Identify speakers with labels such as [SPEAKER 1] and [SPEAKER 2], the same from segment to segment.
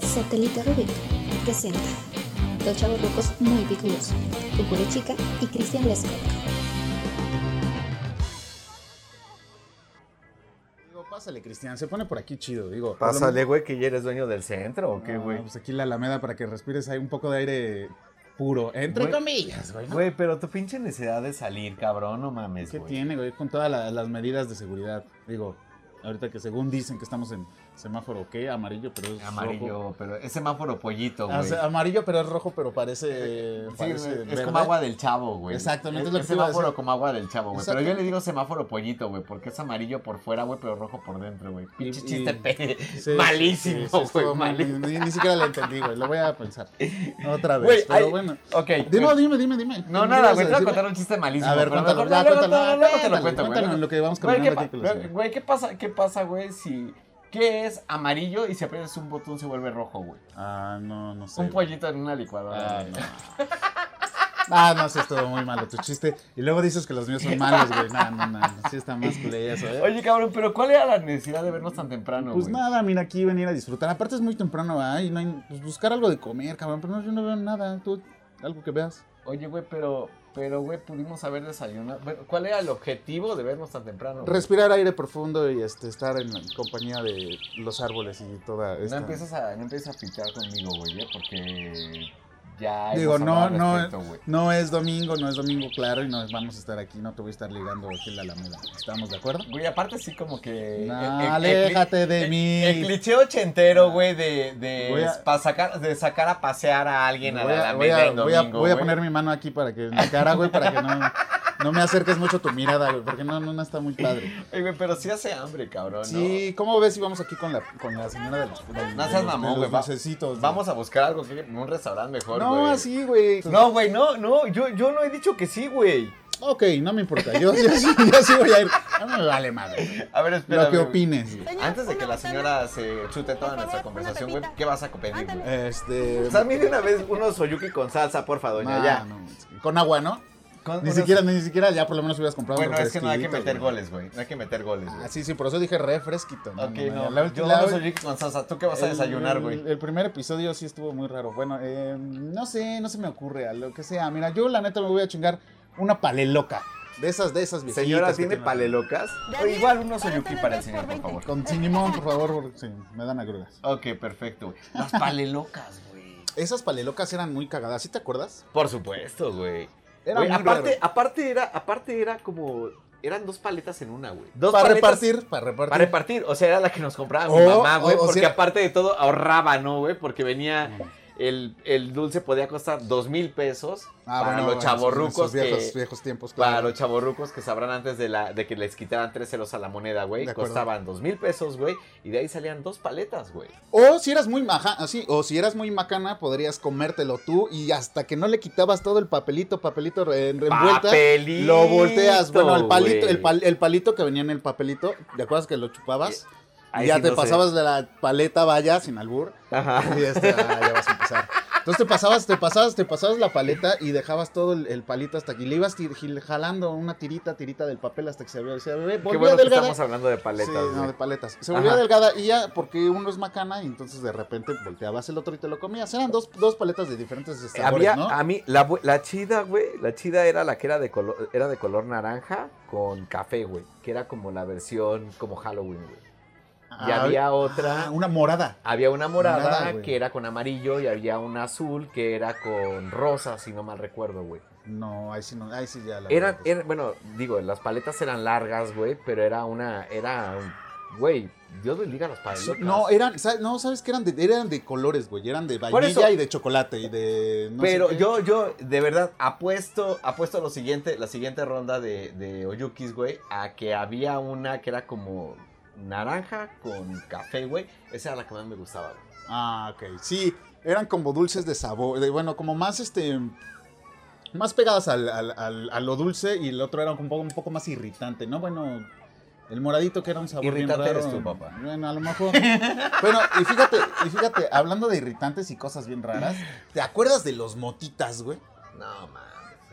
[SPEAKER 1] Satélite Rubik presenta dos chavos locos muy picudos, Cucure Chica y Cristian Lescott.
[SPEAKER 2] Digo, pásale, Cristian, se pone por aquí chido, digo. por lo
[SPEAKER 3] Pásale, güey, que ya eres dueño del centro o qué,
[SPEAKER 2] menos-
[SPEAKER 3] güey.
[SPEAKER 2] Ah, Pues aquí la alameda para que respires ahí un poco de aire puro. Entre
[SPEAKER 3] Güey.
[SPEAKER 2] comillas, güey. ¿no?
[SPEAKER 3] Güey, pero tu pinche necesidad de salir, cabrón, no mames,
[SPEAKER 2] ¿Qué
[SPEAKER 3] güey.
[SPEAKER 2] tiene, güey? Con todas la- las medidas de seguridad. Digo, ahorita que según dicen que estamos en semáforo, ¿qué? Amarillo, pero es
[SPEAKER 3] Amarillo,
[SPEAKER 2] rojo.
[SPEAKER 3] pero es semáforo pollito, güey.
[SPEAKER 2] Ah, sí, amarillo, pero es rojo, pero parece,
[SPEAKER 3] Sí,
[SPEAKER 2] parece
[SPEAKER 3] güey, es
[SPEAKER 2] verde.
[SPEAKER 3] como agua del chavo, güey.
[SPEAKER 2] Exactamente, es
[SPEAKER 3] es
[SPEAKER 2] lo
[SPEAKER 3] es
[SPEAKER 2] que te iba a
[SPEAKER 3] semáforo
[SPEAKER 2] decir.
[SPEAKER 3] como agua del chavo, güey. Pero
[SPEAKER 2] Exacto.
[SPEAKER 3] yo le digo semáforo pollito, güey, porque es amarillo por fuera, güey, pero rojo por dentro, güey. Pinche
[SPEAKER 2] Y-
[SPEAKER 3] chiste
[SPEAKER 2] y-
[SPEAKER 3] pe-
[SPEAKER 2] Sí, sí,
[SPEAKER 3] malísimo,
[SPEAKER 2] sí,
[SPEAKER 3] güey.
[SPEAKER 2] estuvo mal.
[SPEAKER 3] malísimo.
[SPEAKER 2] Ni, ni siquiera la entendí, güey. Lo voy a pensar otra vez.
[SPEAKER 3] Güey,
[SPEAKER 2] pero
[SPEAKER 3] ay,
[SPEAKER 2] bueno.
[SPEAKER 3] Ok.
[SPEAKER 2] Dime,
[SPEAKER 3] güey.
[SPEAKER 2] dime, dime, dime.
[SPEAKER 3] No,
[SPEAKER 2] ¿Qué
[SPEAKER 3] nada,
[SPEAKER 2] ibas a
[SPEAKER 3] güey, te voy a
[SPEAKER 2] decirme?
[SPEAKER 3] contar un chiste malísimo.
[SPEAKER 2] A ver,
[SPEAKER 3] pero
[SPEAKER 2] cuéntalo,
[SPEAKER 3] mejor
[SPEAKER 2] ya,
[SPEAKER 3] luego-
[SPEAKER 2] cuéntalo,
[SPEAKER 3] luego- luego te
[SPEAKER 2] cuéntalo,
[SPEAKER 3] lo cuento, güey,
[SPEAKER 2] cuéntalo
[SPEAKER 3] luego-
[SPEAKER 2] en lo que vamos
[SPEAKER 3] Güey, ¿qué,
[SPEAKER 2] caminando aquí pues, con
[SPEAKER 3] pa-
[SPEAKER 2] la
[SPEAKER 3] güey,
[SPEAKER 2] señora.
[SPEAKER 3] güey, ¿qué pasa, qué pasa, güey, si... ¿Qué es amarillo y si aprietas un botón se vuelve rojo, güey?
[SPEAKER 2] Ah, no, no sé.
[SPEAKER 3] Un
[SPEAKER 2] güey.
[SPEAKER 3] pollito en una
[SPEAKER 2] Ah,
[SPEAKER 3] licuadora. güey.
[SPEAKER 2] no. Ah, no, sí, estuvo muy malo tu chiste. Y luego dices que los míos son malos, güey. No, no, no. Sí está más culé eso, ¿eh?
[SPEAKER 3] Oye, cabrón, pero ¿cuál era la necesidad de vernos tan temprano,
[SPEAKER 2] pues
[SPEAKER 3] güey?
[SPEAKER 2] nada, mira, aquí venir a disfrutar. Aparte es muy temprano, ay, no hay, pues buscar algo de comer, cabrón. Pero no, yo no veo nada. Tú, algo que veas.
[SPEAKER 3] Oye, güey, pero, pero, güey, pudimos haber desayunado. Bueno, ¿Cuál era el objetivo de vernos tan temprano? güey?
[SPEAKER 2] Respirar aire profundo y este, estar en compañía de los árboles y toda
[SPEAKER 3] No
[SPEAKER 2] esta...
[SPEAKER 3] empiezas a, no empiezas a pichar conmigo, güey, ¿eh? porque ya.
[SPEAKER 2] Digo,
[SPEAKER 3] hemos
[SPEAKER 2] no,
[SPEAKER 3] hablado al
[SPEAKER 2] no,
[SPEAKER 3] respecto, güey.
[SPEAKER 2] no es domingo, no es domingo, claro, y no vamos a estar aquí, no te voy a estar ligando aquí en la Alameda. ¿Estamos de acuerdo?
[SPEAKER 3] Güey, aparte sí como que...
[SPEAKER 2] No,
[SPEAKER 3] el- el- el-
[SPEAKER 2] aléjate de
[SPEAKER 3] el-
[SPEAKER 2] mí.
[SPEAKER 3] El cliché ochentero, güey, de, de,
[SPEAKER 2] Voy a-
[SPEAKER 3] pa' sacar, de sacar a pasear a alguien a
[SPEAKER 2] Voy
[SPEAKER 3] la
[SPEAKER 2] a- voy a-
[SPEAKER 3] Alameda en
[SPEAKER 2] voy a-
[SPEAKER 3] domingo,
[SPEAKER 2] voy a
[SPEAKER 3] güey.
[SPEAKER 2] poner mi mano aquí para que en la cara, güey, para que no, no me acerques mucho tu mirada, güey, porque no, no, no está muy padre.
[SPEAKER 3] Ey, güey, pero sí hace hambre, cabrón,
[SPEAKER 2] Sí, ¿cómo ves si vamos aquí con la, con la señora de los, de,
[SPEAKER 3] No seas
[SPEAKER 2] de los-
[SPEAKER 3] mamón,
[SPEAKER 2] de
[SPEAKER 3] güey,
[SPEAKER 2] los
[SPEAKER 3] va-
[SPEAKER 2] dulcecitos,
[SPEAKER 3] ¿no?
[SPEAKER 2] güey?
[SPEAKER 3] Pues Vamos a buscar algo, que, un restaurante mejor,
[SPEAKER 2] No,
[SPEAKER 3] güey.
[SPEAKER 2] así, güey.
[SPEAKER 3] No, güey, no, no, yo, yo no he dicho que sí, güey.
[SPEAKER 2] Ok, no me importa, yo, yo, sí, yo sí voy a ir. No me vale madre. güey.
[SPEAKER 3] A ver, espera.
[SPEAKER 2] Lo que opines.
[SPEAKER 3] Antes de que la señora se chute toda nuestra conversación, güey, ¿qué vas a pedir, güey?
[SPEAKER 2] Este...
[SPEAKER 3] También de una vez unos soyuki con salsa, porfa, doña,
[SPEAKER 2] Ah, no,
[SPEAKER 3] ya.
[SPEAKER 2] no, con agua, ¿no?
[SPEAKER 3] Con
[SPEAKER 2] Ni
[SPEAKER 3] unos-
[SPEAKER 2] siquiera, ni siquiera, ya por lo menos hubieras comprado.
[SPEAKER 3] Bueno,
[SPEAKER 2] unos
[SPEAKER 3] es que no hay que
[SPEAKER 2] fresquitos,
[SPEAKER 3] meter
[SPEAKER 2] güey.
[SPEAKER 3] goles, güey. No hay que meter goles, güey.
[SPEAKER 2] Ah, sí, sí, por eso dije refresquito.
[SPEAKER 3] Ok, no.
[SPEAKER 2] la-
[SPEAKER 3] yo
[SPEAKER 2] la-
[SPEAKER 3] no soy Ricky con salsa. ¿Tú qué vas a
[SPEAKER 2] el-
[SPEAKER 3] desayunar, güey?
[SPEAKER 2] El, el primer episodio sí estuvo muy raro. Bueno, eh, no sé, no se me ocurre, a lo que sea. Mira, yo la neta me voy a chingar una paleloca. De esas, de esas viejitas. que tienen-
[SPEAKER 3] palelocas?
[SPEAKER 4] Daniel,
[SPEAKER 3] Igual unos soyuki
[SPEAKER 4] ahora
[SPEAKER 3] para el
[SPEAKER 4] tenés
[SPEAKER 3] señor,
[SPEAKER 4] dos
[SPEAKER 3] por
[SPEAKER 4] por
[SPEAKER 3] favor.
[SPEAKER 2] Con cinnamon, por favor, porque sí, me dan agruras.
[SPEAKER 3] Ok, perfecto, güey. Las palelocas, güey.
[SPEAKER 2] Esas palelocas eran muy cagadas, ¿sí te acuerdas?
[SPEAKER 3] Por supuesto, güey.
[SPEAKER 2] Era
[SPEAKER 3] Güey,
[SPEAKER 2] muy
[SPEAKER 3] aparte,
[SPEAKER 2] raro.
[SPEAKER 3] aparte era, aparte era como. Eran dos paletas en una, güey. Dos
[SPEAKER 2] Para
[SPEAKER 3] paletas-
[SPEAKER 2] repartir, para repartir. Ah,
[SPEAKER 3] Para repartir, o sea, era la que nos compraba mi
[SPEAKER 2] O-
[SPEAKER 3] mamá, güey,
[SPEAKER 2] o- o
[SPEAKER 3] porque
[SPEAKER 2] sea-
[SPEAKER 3] aparte de todo ahorraba, ¿no, güey? Porque venía,
[SPEAKER 2] Mm.
[SPEAKER 3] el, el dulce podía costar dos mil pesos
[SPEAKER 2] Ah,
[SPEAKER 3] para
[SPEAKER 2] bueno,
[SPEAKER 3] los
[SPEAKER 2] bueno,
[SPEAKER 3] chavorrucos
[SPEAKER 2] esos viejos,
[SPEAKER 3] que,
[SPEAKER 2] viejos tiempos,
[SPEAKER 3] Para
[SPEAKER 2] claro.
[SPEAKER 3] los chavorrucos que sabrán antes de, la, de que les quitaran tres ceros a la moneda, güey.
[SPEAKER 2] De acuerdo.
[SPEAKER 3] Costaban dos mil pesos, güey. Y de ahí salían dos paletas, güey.
[SPEAKER 2] O si eras muy maja, así, o si eras muy macana, podrías comértelo tú y hasta que no le quitabas todo el papelito, papelito re- en- envuelta,
[SPEAKER 3] Papelito,
[SPEAKER 2] lo volteas. Bueno, el palito,
[SPEAKER 3] güey.
[SPEAKER 2] el, pal- el palito que venía en el papelito, ¿te acuerdas que lo chupabas?
[SPEAKER 3] Eh, Ahí
[SPEAKER 2] Y ya
[SPEAKER 3] sí
[SPEAKER 2] te
[SPEAKER 3] no sé.
[SPEAKER 2] pasabas de la paleta vaya sin albur
[SPEAKER 3] Ajá.
[SPEAKER 2] y este, ah, ya vas a empezar. Entonces te pasabas, te pasabas, te pasabas la paleta y dejabas todo el, el palito hasta aquí. Le ibas tir- gil- jalando una tirita, tirita del papel hasta que se había, se había
[SPEAKER 3] Qué
[SPEAKER 2] volvía
[SPEAKER 3] bueno que
[SPEAKER 2] delgada.
[SPEAKER 3] estamos hablando de paletas,
[SPEAKER 2] Sí, no,
[SPEAKER 3] güey.
[SPEAKER 2] de paletas. Se volvía
[SPEAKER 3] Ajá.
[SPEAKER 2] delgada y ya, porque uno es macana, y entonces de repente volteabas el otro y te lo comías. Eran dos, dos paletas de diferentes
[SPEAKER 3] Eh,
[SPEAKER 2] sabores,
[SPEAKER 3] Había,
[SPEAKER 2] ¿no?
[SPEAKER 3] a mí, la, bu- la chida, güey, la chida era la que era de color, era de color naranja con café, güey. Que era como la versión como Halloween, güey. Y
[SPEAKER 2] Ah,
[SPEAKER 3] había otra,
[SPEAKER 2] ah, una morada.
[SPEAKER 3] había una morada
[SPEAKER 2] Morada, güey.
[SPEAKER 3] que era con amarillo y había una azul que era con rosa, si no mal recuerdo, güey.
[SPEAKER 2] No, ahí sí, no, ahí sí ya la
[SPEAKER 3] Eran,
[SPEAKER 2] verdad.
[SPEAKER 3] eran- bueno, digo, las paletas eran largas, güey, pero era una, era, güey, Dios bendiga las paletas.
[SPEAKER 2] No, eran, sa- no, sabes que eran de, eran de colores, güey. Eran de
[SPEAKER 3] Por
[SPEAKER 2] vainilla
[SPEAKER 3] eso-
[SPEAKER 2] y de chocolate y de. no sé
[SPEAKER 3] Pero
[SPEAKER 2] qué.
[SPEAKER 3] yo, yo, de verdad, apuesto, apuesto lo siguiente, la siguiente ronda de, de Oyukis, güey, a que había una que era como naranja con café, güey. Esa era la que más me gustaba, güey.
[SPEAKER 2] Ah, ok. Sí, eran como dulces de sabor. de- bueno, como más este. Más pegadas al, al- al- a lo dulce y el otro era un poco, un poco más irritante, ¿no? Bueno, el moradito que era un sabor
[SPEAKER 3] Irritante
[SPEAKER 2] bien raro.
[SPEAKER 3] eres tú, papá.
[SPEAKER 2] Bueno, a lo mejor. bueno, y fíjate, y fíjate, hablando de irritantes y cosas bien raras, ¿te acuerdas de los motitas, güey?
[SPEAKER 3] No, mames.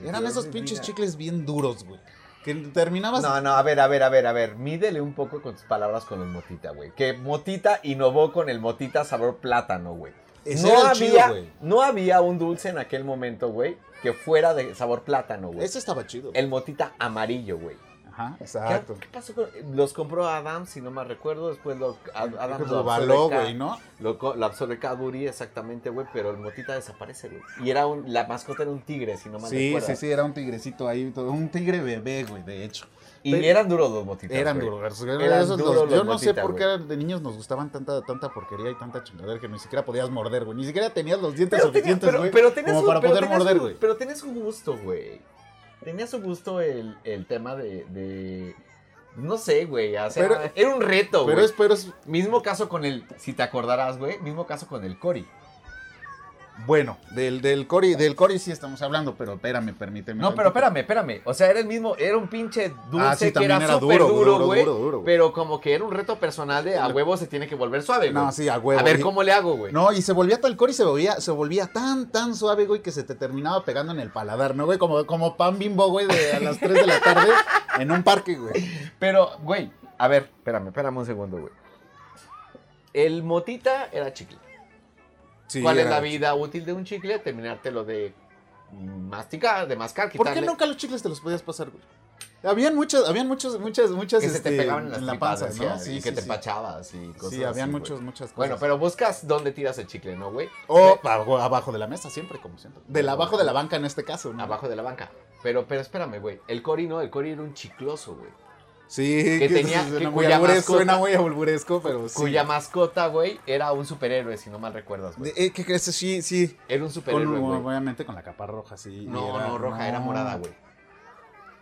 [SPEAKER 2] Eran
[SPEAKER 3] Dios
[SPEAKER 2] esos
[SPEAKER 3] de
[SPEAKER 2] pinches
[SPEAKER 3] vida.
[SPEAKER 2] chicles bien duros, güey. Que terminabas.
[SPEAKER 3] No, no, a ver, a ver, a ver, a ver. Mídele un poco con tus palabras con el motita, güey. Que motita innovó con el motita sabor plátano, güey.
[SPEAKER 2] Ese
[SPEAKER 3] No
[SPEAKER 2] era el chido,
[SPEAKER 3] había,
[SPEAKER 2] güey.
[SPEAKER 3] no había un dulce en aquel momento, güey, que fuera de sabor plátano, güey.
[SPEAKER 2] Ese estaba chido.
[SPEAKER 3] El motita amarillo, güey.
[SPEAKER 2] Ajá,
[SPEAKER 3] ¿Qué,
[SPEAKER 2] exacto.
[SPEAKER 3] qué pasó con- Los compró Adam, si no me recuerdo. Después lo, a- Adam
[SPEAKER 2] pues Lo
[SPEAKER 3] absorbe
[SPEAKER 2] való,
[SPEAKER 3] Ca-
[SPEAKER 2] güey, ¿no?
[SPEAKER 3] Lo, co- lo absorbe Cadbury, exactamente, güey. Pero el motita desaparece, güey. Y era un, la mascota era un tigre, si no me
[SPEAKER 2] Sí,
[SPEAKER 3] recuerdo.
[SPEAKER 2] sí, sí, era un tigrecito ahí, todo- un tigre bebé, güey, de hecho.
[SPEAKER 3] Y
[SPEAKER 2] Pero-
[SPEAKER 3] eran duros los motitas.
[SPEAKER 2] Eran
[SPEAKER 3] güey.
[SPEAKER 2] duros.
[SPEAKER 3] Eran
[SPEAKER 2] esos
[SPEAKER 3] duros
[SPEAKER 2] los-
[SPEAKER 3] los
[SPEAKER 2] yo no sé
[SPEAKER 3] motitas,
[SPEAKER 2] por qué
[SPEAKER 3] güey.
[SPEAKER 2] de niños nos gustaban tanta, tanta porquería y tanta chingadera que ni siquiera podías morder, güey. Ni siquiera tenías los dientes
[SPEAKER 3] Pero, tenía-
[SPEAKER 2] suficientes,
[SPEAKER 3] pero-
[SPEAKER 2] güey.
[SPEAKER 3] pero tenía
[SPEAKER 2] como
[SPEAKER 3] su-
[SPEAKER 2] para
[SPEAKER 3] pero
[SPEAKER 2] poder
[SPEAKER 3] tenía
[SPEAKER 2] morder,
[SPEAKER 3] su-
[SPEAKER 2] güey.
[SPEAKER 3] Pero tenía su gusto, güey. Tenía su gusto el, el tema de, de- No sé, güey. o sea,
[SPEAKER 2] Pero-
[SPEAKER 3] era un reto,
[SPEAKER 2] Pero
[SPEAKER 3] güey.
[SPEAKER 2] es, pero es.
[SPEAKER 3] Mismo caso con el. Si te acordarás, güey. Mismo caso con el Cory.
[SPEAKER 2] Bueno, del, del Cori, del Cori sí estamos hablando, pero espérame, permíteme.
[SPEAKER 3] No, pero
[SPEAKER 2] tantito.
[SPEAKER 3] espérame, espérame. O sea, era el mismo. Era un pinche dulce
[SPEAKER 2] Ah, sí,
[SPEAKER 3] que
[SPEAKER 2] también
[SPEAKER 3] era,
[SPEAKER 2] era
[SPEAKER 3] súper
[SPEAKER 2] duro, duro,
[SPEAKER 3] duro,
[SPEAKER 2] duro,
[SPEAKER 3] güey.
[SPEAKER 2] duro, duro, güey.
[SPEAKER 3] Pero como que era un reto personal de a huevo se tiene que volver suave, güey.
[SPEAKER 2] No, sí, a huevo.
[SPEAKER 3] A ver,
[SPEAKER 2] Y-
[SPEAKER 3] ¿cómo le hago, güey?
[SPEAKER 2] No, y se volvía tal core y se volvía, se volvía tan, tan suave, güey, que se te terminaba pegando en el paladar, ¿no, güey? Como, como pan bimbo, güey, de a las 3 de la tarde en un parque, güey.
[SPEAKER 3] Pero, güey, a ver, espérame, espérame un segundo, güey. El motita era chicle.
[SPEAKER 2] Sí,
[SPEAKER 3] ¿Cuál es
[SPEAKER 2] era-
[SPEAKER 3] la vida útil de un chicle? Terminártelo de masticar, de mascar,
[SPEAKER 2] ¿Por qué
[SPEAKER 3] quitarle.
[SPEAKER 2] nunca los chicles te los podías pasar, güey? Habían muchas, habían muchas, muchas, muchas
[SPEAKER 3] que se te
[SPEAKER 2] este,
[SPEAKER 3] pegaban en, las
[SPEAKER 2] la
[SPEAKER 3] tripas,
[SPEAKER 2] panza,
[SPEAKER 3] decía,
[SPEAKER 2] ¿no? Sí,
[SPEAKER 3] y
[SPEAKER 2] sí,
[SPEAKER 3] que
[SPEAKER 2] sí.
[SPEAKER 3] te empachabas y cosas
[SPEAKER 2] Sí, habían
[SPEAKER 3] así, güey.
[SPEAKER 2] muchos, muchas cosas.
[SPEAKER 3] Bueno, pero buscas dónde tiras el chicle, ¿no, güey?
[SPEAKER 2] O ab- abajo de la mesa, siempre, como siempre. Del abajo de la banca en este caso, ¿no?
[SPEAKER 3] Abajo de la banca. Pero, pero espérame, güey. El Cori no, el Cori era un chicloso, güey.
[SPEAKER 2] Sí,
[SPEAKER 3] Que
[SPEAKER 2] que,
[SPEAKER 3] tenía-
[SPEAKER 2] suena,
[SPEAKER 3] que
[SPEAKER 2] muy
[SPEAKER 3] cuya
[SPEAKER 2] alburesco, suena
[SPEAKER 3] mascota-
[SPEAKER 2] muy alburesco, pero sí.
[SPEAKER 3] Cuya mascota, güey, era un superhéroe, si no mal recuerdas, güey.
[SPEAKER 2] De- eh, ¿Qué crees? Sí, sí.
[SPEAKER 3] Era un
[SPEAKER 2] Con-
[SPEAKER 3] superhéroe, güey.
[SPEAKER 2] obviamente con la capa roja, sí. y
[SPEAKER 3] No,
[SPEAKER 2] era-
[SPEAKER 3] no, roja, era
[SPEAKER 2] no,
[SPEAKER 3] morada, güey.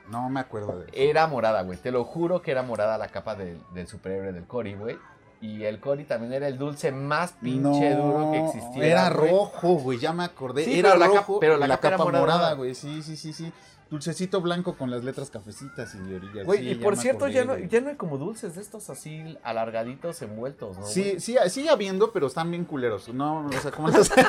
[SPEAKER 2] No me acuerdo de eso.
[SPEAKER 3] Era morada, güey. Te lo juro que era morada la capa del, del superhéroe del Cory, güey. Y el Cory también era el dulce más pinche
[SPEAKER 2] No,
[SPEAKER 3] duro que existía.
[SPEAKER 2] Era
[SPEAKER 3] güey.
[SPEAKER 2] rojo, güey, ya me acordé.
[SPEAKER 3] Sí,
[SPEAKER 2] era
[SPEAKER 3] pero la cap-
[SPEAKER 2] rojo,
[SPEAKER 3] pero
[SPEAKER 2] y
[SPEAKER 3] la
[SPEAKER 2] la,
[SPEAKER 3] capa era
[SPEAKER 2] capa
[SPEAKER 3] morada.
[SPEAKER 2] morada, güey. Sí, sí, sí, sí. Dulcecito blanco con las letras cafecitas y de orillas.
[SPEAKER 3] Güey,
[SPEAKER 2] sí,
[SPEAKER 3] y
[SPEAKER 2] ya
[SPEAKER 3] por
[SPEAKER 2] me
[SPEAKER 3] cierto,
[SPEAKER 2] acordé,
[SPEAKER 3] ya, no,
[SPEAKER 2] güey.
[SPEAKER 3] ya no hay como dulces de estos así alargaditos envueltos, ¿no?
[SPEAKER 2] Sí,
[SPEAKER 3] güey?
[SPEAKER 2] sí, sigue habiendo, pero están bien culeros. No, o sea, ¿cómo los...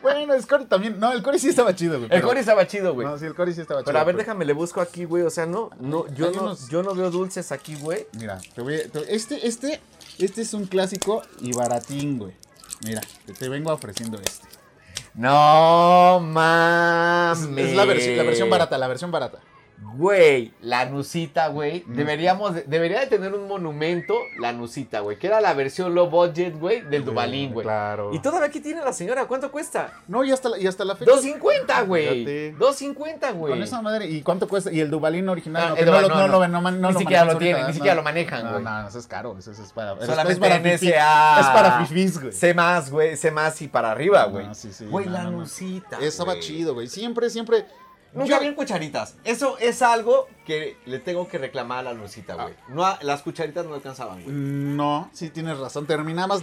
[SPEAKER 2] Bueno, el Cory también. No, el Cory sí estaba chido, güey.
[SPEAKER 3] El
[SPEAKER 2] pero-
[SPEAKER 3] Cory estaba chido, güey.
[SPEAKER 2] No, sí, el Cory sí estaba chido.
[SPEAKER 3] pero a ver,
[SPEAKER 2] pero-
[SPEAKER 3] déjame, le busco aquí, güey. O sea, no, no, yo
[SPEAKER 2] Hay
[SPEAKER 3] no,
[SPEAKER 2] unos-
[SPEAKER 3] yo no veo dulces aquí, güey.
[SPEAKER 2] Mira, te voy a- te- este, este, este es un clásico y baratín, güey. Mira, te, te vengo ofreciendo este.
[SPEAKER 3] No
[SPEAKER 2] Es,
[SPEAKER 3] mames.
[SPEAKER 2] es la, versi- la versión barata, la versión barata.
[SPEAKER 3] Güey, la Nusita, güey.
[SPEAKER 2] Mm.
[SPEAKER 3] Deberíamos, de- debería de tener un monumento, la Nusita, güey. Que era la versión low budget, güey, del Dubalín, güey.
[SPEAKER 2] Claro.
[SPEAKER 3] Y todavía aquí tiene la señora, ¿cuánto cuesta?
[SPEAKER 2] No, y hasta la, y hasta la fecha.
[SPEAKER 3] 250, güey.
[SPEAKER 2] Fíjate.
[SPEAKER 3] 250, güey.
[SPEAKER 2] Con esa madre. ¿Y cuánto cuesta? Y el Dubalín original.
[SPEAKER 3] Ah,
[SPEAKER 2] no,
[SPEAKER 3] el
[SPEAKER 2] que no,
[SPEAKER 3] Dubalín,
[SPEAKER 2] lo-
[SPEAKER 3] no,
[SPEAKER 2] no,
[SPEAKER 3] no.
[SPEAKER 2] lo ven, no, man- no
[SPEAKER 3] Ni
[SPEAKER 2] lo
[SPEAKER 3] siquiera lo
[SPEAKER 2] manejan
[SPEAKER 3] tienen,
[SPEAKER 2] ahorita,
[SPEAKER 3] ni
[SPEAKER 2] ¿eh?
[SPEAKER 3] siquiera
[SPEAKER 2] No.
[SPEAKER 3] lo manejan,
[SPEAKER 2] No,
[SPEAKER 3] güey.
[SPEAKER 2] no, eso es caro. Eso, eso es para. eso
[SPEAKER 3] Solamente
[SPEAKER 2] es para
[SPEAKER 3] en
[SPEAKER 2] fifí.
[SPEAKER 3] SA.
[SPEAKER 2] Es para fifís, güey.
[SPEAKER 3] C más, güey. C más y para arriba, güey.
[SPEAKER 2] No, Ah, sí, sí,
[SPEAKER 3] Güey,
[SPEAKER 2] no,
[SPEAKER 3] la
[SPEAKER 2] no, no.
[SPEAKER 3] Nusita.
[SPEAKER 2] Estaba
[SPEAKER 3] güey.
[SPEAKER 2] chido, güey. Siempre, siempre.
[SPEAKER 3] Nunca vi en cucharitas. Eso es algo que le tengo que reclamar a la Nusita, güey.
[SPEAKER 2] Ah.
[SPEAKER 3] No, a- las cucharitas no alcanzaban, güey.
[SPEAKER 2] No, sí tienes razón. Terminabas